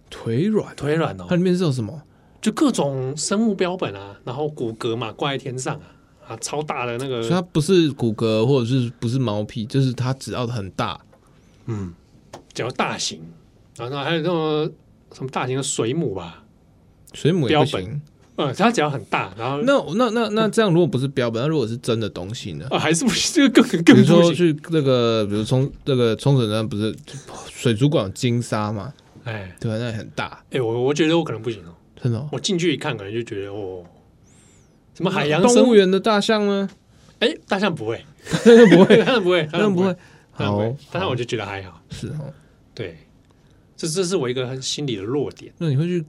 Speaker 3: 腿软，
Speaker 2: 腿软哦、
Speaker 3: 它里面是有什么？
Speaker 2: 就各种生物标本啊，然后骨骼嘛挂在天上啊，啊超大的那
Speaker 3: 所以它
Speaker 2: 个，
Speaker 3: 不是骨骼或者是不是毛皮，就是它只要很大，
Speaker 2: 嗯，比较大型，然后还有那种什么大型的水母吧，
Speaker 3: 水母也不
Speaker 2: 标本
Speaker 3: 行。
Speaker 2: 呃，它只要很大，然后
Speaker 3: 那那那那这样，如果不是标本，那如果是真的东西呢？
Speaker 2: 啊还是不行，这个更
Speaker 3: 比
Speaker 2: 更
Speaker 3: 如
Speaker 2: 不行
Speaker 3: 说去那个，比如冲那个冲绳那不是水族馆有金沙嘛？
Speaker 2: 哎
Speaker 3: 对吧？那也很大，
Speaker 2: 哎，我我觉得我可能不行哦，
Speaker 3: 真的、哦。
Speaker 2: 我进去一看，可能就觉得哦，什么海洋
Speaker 3: 动
Speaker 2: 生
Speaker 3: 物
Speaker 2: 物，
Speaker 3: 园的大象呢？
Speaker 2: 哎，大象不 会，
Speaker 3: 那不会，
Speaker 2: 大象不会，
Speaker 3: 那不会。，
Speaker 2: 大象
Speaker 3: 好
Speaker 2: 不会，，大象我
Speaker 3: 好
Speaker 2: 就觉得还好，
Speaker 3: 是哦。
Speaker 2: 对，这这是我一个很心理的弱点，
Speaker 3: 那你会去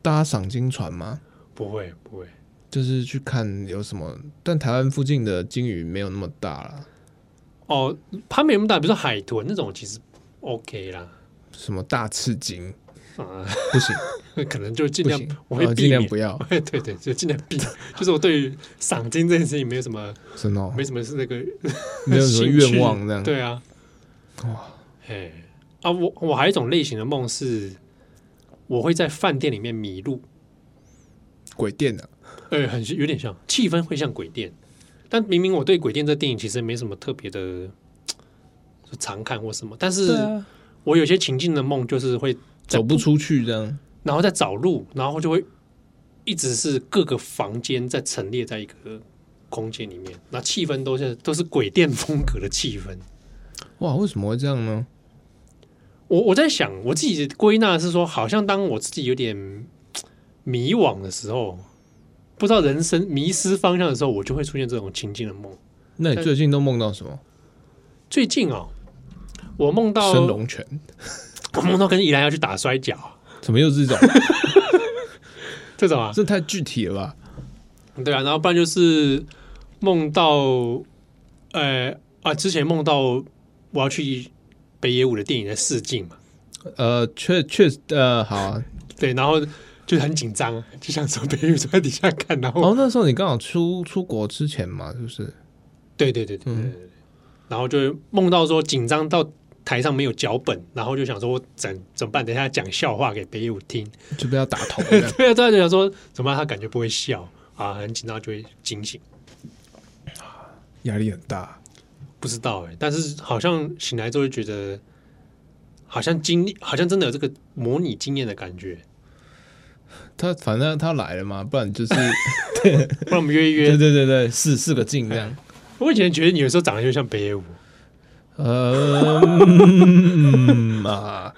Speaker 3: 搭赏金船吗？
Speaker 2: 不会不会，
Speaker 3: 就是去看有什么，但台湾附近的鲸鱼没有那么大啦，
Speaker 2: 哦，它没那么大，比如说海豚那种，其实 OK 啦，
Speaker 3: 什么大刺鲸
Speaker 2: 啊、
Speaker 3: 不行
Speaker 2: 可能就尽
Speaker 3: 不
Speaker 2: 量
Speaker 3: 行，
Speaker 2: 我会
Speaker 3: 呃
Speaker 2: 避
Speaker 3: 尽
Speaker 2: 免
Speaker 3: 量。不要，
Speaker 2: 对对对，就尽量避。就是我对于赏金这件事情没有什么，
Speaker 3: 真的哦
Speaker 2: 没什么是那个
Speaker 3: 没有什
Speaker 2: 兴
Speaker 3: 么
Speaker 2: 趣
Speaker 3: 愿望这样。
Speaker 2: 对啊，
Speaker 3: 哇，
Speaker 2: 哎啊，我我还有一种类型的梦是，我会在饭店里面迷路，
Speaker 3: 鬼店的、
Speaker 2: 呃，很有点像，气氛会像鬼店，但明明我对鬼店这电影其实没什么特别的嘖常看或什么，但是
Speaker 3: 啊，
Speaker 2: 我有些情境的梦就是会在
Speaker 3: 走不出去这样。
Speaker 2: 然后再找路，然后就会一直是各个房间在陈列在一个空间里面，那气氛都是都是鬼店风格的气氛。
Speaker 3: 哇，为什么会这样呢？
Speaker 2: 我我在想，我自己归纳是说，好像当我自己有点嘖迷惘的时候，不知道人生迷失方向的时候，我就会出现这种情境的梦。
Speaker 3: 那你最近都梦到什么？
Speaker 2: 最近哦，我梦到
Speaker 3: 升龙拳？
Speaker 2: 我梦到跟怡兰要去打摔跤，
Speaker 3: 怎么又是这种？
Speaker 2: 这种啊，
Speaker 3: 这太具体了吧？
Speaker 2: 对啊，然后不然就是梦到，呃啊，之前梦到我要去北野武的电影在试镜嘛，
Speaker 3: 呃，确确呃，好啊。
Speaker 2: 对，然后就很紧张，就想说北野武坐在底下看，然后、
Speaker 3: 哦，那时候你刚好出出国之前嘛，是不是？
Speaker 2: 对对对
Speaker 3: 嗯
Speaker 2: 对对对对，然后就梦到说紧张到台上没有脚本，然后就想说我怎怎么办？等一下讲笑话给北野武听，。
Speaker 3: 就被他打头这样
Speaker 2: 对啊，对啊，就想说怎么办？他感觉不会笑啊，很紧张就会惊醒。
Speaker 3: 压力很大。
Speaker 2: 不知道哎、但是好像醒来之后就觉得，好像经历，好像真的有这个模拟经验的感觉。
Speaker 3: 他反正他来了嘛，不 然就是
Speaker 2: 不然我们约一
Speaker 3: 对
Speaker 2: 约。
Speaker 3: 对对对，四四个镜这 样。
Speaker 2: 我以前觉得你有时候长得就像北野武，
Speaker 3: 呃嗯啊，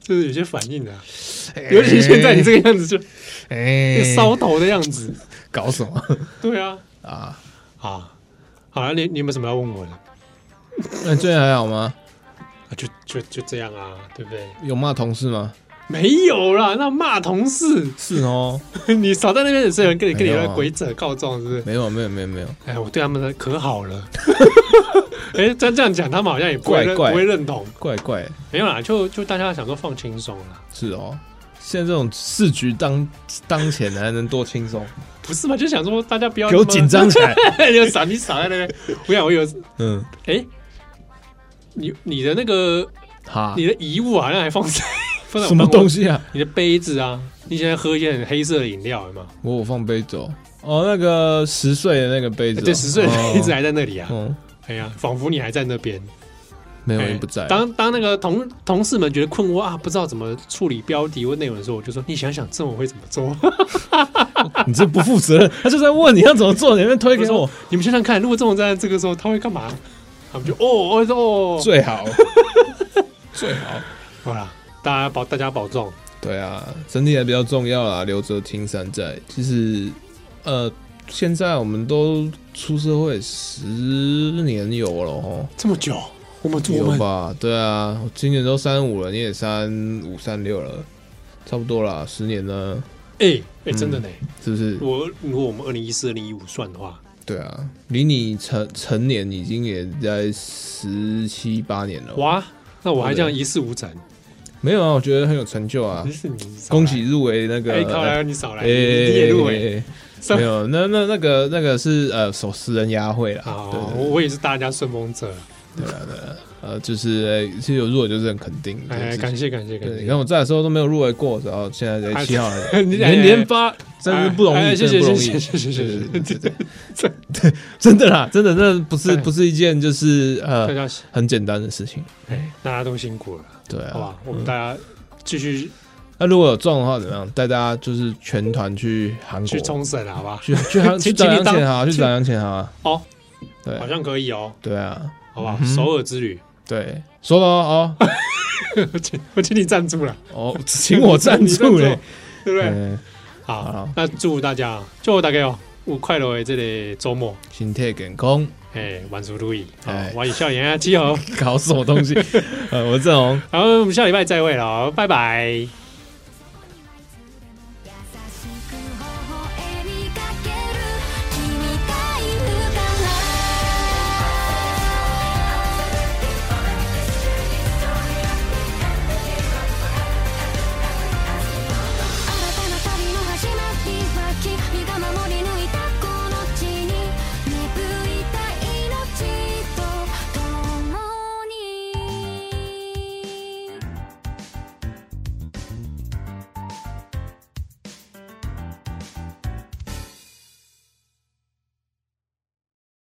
Speaker 2: 就是有些反应啊， 尤其现在你这个样子就，
Speaker 3: 哎
Speaker 2: 就烧头的样子。
Speaker 3: 搞什么
Speaker 2: 对啊，
Speaker 3: 啊？
Speaker 2: 啊，好了，你你有没有什么要问我的？啊
Speaker 3: 那最近还好吗？
Speaker 2: 就就就这样啊，对不对？
Speaker 3: 有骂同事吗？
Speaker 2: 没有啦，那骂同事，
Speaker 3: 是哦，
Speaker 2: 你少在那边也是有人跟你跟你
Speaker 3: 没有啊
Speaker 2: 来鬼扯告状，是不是？
Speaker 3: 没有没有没有没有，
Speaker 2: 哎，我对他们的可好了。 哎、这样这样讲，他们好像也不会认
Speaker 3: 怪怪
Speaker 2: 不会认同。
Speaker 3: 怪怪的
Speaker 2: 没有啦，就就大家想说放轻松啦，
Speaker 3: 是哦。现在这种市局当当前还能多轻松？
Speaker 2: 不是嘛？就想说大家不要
Speaker 3: 给我 紧张起来。
Speaker 2: 那么，就傻逼傻在那边。我想我有，
Speaker 3: 嗯，
Speaker 2: 哎、你你的那个
Speaker 3: 好，
Speaker 2: 你的遗物好像还放在放在我
Speaker 3: 什么
Speaker 2: 办公
Speaker 3: 东？西啊？
Speaker 2: 你的杯子啊，你现在喝一些很黑色的饮料嘛？
Speaker 3: 我有放杯子哦，哦，那个十岁的那个杯子、哦，
Speaker 2: 对，十岁的杯子还在那里啊。
Speaker 3: 哦，嗯，
Speaker 2: 哎呀，仿佛你还在那边。
Speaker 3: 没有，
Speaker 2: 哎
Speaker 3: 你不在，
Speaker 2: 当当那个同同事们觉得困惑啊，不知道怎么处理标题或内容的时候，我就说：“你想想，这我会怎么 做？
Speaker 3: 你这不负责任，他就在问你要怎么做，你在那边推给我，
Speaker 2: 你们想想看，如果这种站在这个时候，他会干嘛？”他们就哦哦哦，
Speaker 3: 最 好，最好，
Speaker 2: 好啦，大家保大家保重。
Speaker 3: 对啊，身体还比较重要啦，留着青山在。其实，呃，现在我们都出社会十年有了哦，
Speaker 2: 这么久，我们我
Speaker 3: 有
Speaker 2: 们
Speaker 3: 吧？对啊，我今年都三五了，你也三五三六了，差不多啦，十年了，
Speaker 2: 哎哎，
Speaker 3: 嗯
Speaker 2: 真的呢。
Speaker 3: 是不是？
Speaker 2: 我如果我们二零一四、二零一五算的话，
Speaker 3: 对啊，离你成成年已经也在十七八年了。，
Speaker 2: 哇，那我还这样一事无成，
Speaker 3: 没有啊，我觉得很有成就啊
Speaker 2: 真！是你少来
Speaker 3: 恭喜！入围那个，
Speaker 2: 哎，靠
Speaker 3: 呃
Speaker 2: 来你少来，
Speaker 3: 哎
Speaker 2: 你也入围。上
Speaker 3: 没有，那那那个那个是呃，首十人牙会啦，
Speaker 2: 好
Speaker 3: 对，
Speaker 2: 我我也是大家顺风车。
Speaker 3: 呃，就是呃其实有入围就是很肯定的。
Speaker 2: 哎，
Speaker 3: 就是
Speaker 2: 感谢感谢感
Speaker 3: 对，你
Speaker 2: 谢。
Speaker 3: 看我在的时候都没有入围过，然后现在在七号了，
Speaker 2: 你哎
Speaker 3: 连连发，真是不容
Speaker 2: 哎哎
Speaker 3: 易，
Speaker 2: 谢
Speaker 3: 真
Speaker 2: 谢
Speaker 3: 的不容易，
Speaker 2: 谢谢谢谢谢
Speaker 3: 对
Speaker 2: 谢
Speaker 3: 对对对， 真的啦，真的，那不是
Speaker 2: 哎
Speaker 3: 不是一件就是
Speaker 2: 大
Speaker 3: 呃
Speaker 2: 家
Speaker 3: 很简单的事情，
Speaker 2: 哎，大家都辛苦了，
Speaker 3: 对啊，
Speaker 2: 好吧？我们大家继续
Speaker 3: 那如果有中的话，怎么样？带大家就是全团去韩国，
Speaker 2: 去冲绳，好吧？
Speaker 3: 去去韩
Speaker 2: 去
Speaker 3: 去找
Speaker 2: 请
Speaker 3: 杨
Speaker 2: 你当
Speaker 3: 千豪，去
Speaker 2: 去
Speaker 3: 找杨千豪啊！
Speaker 2: 哦，
Speaker 3: 对
Speaker 2: 好像可以哦，
Speaker 3: 对啊，
Speaker 2: 好吧？
Speaker 3: 嗯哼
Speaker 2: 首尔之旅，
Speaker 3: 对，说了 哦
Speaker 2: 我请 我请你赞助了，
Speaker 3: 哦，请我赞助嘞，
Speaker 2: 对不对？
Speaker 3: 嗯，
Speaker 2: 好
Speaker 3: 好，
Speaker 2: 那祝大家，祝大家哦，有快乐的这个周末，
Speaker 3: 心态健康，
Speaker 2: 哎，万事如意，好
Speaker 3: 哎，
Speaker 2: 我是笑颜啊，七号，
Speaker 3: 搞什么东西？呃，我是郑红。
Speaker 2: 好，我们下礼拜再会了，拜拜。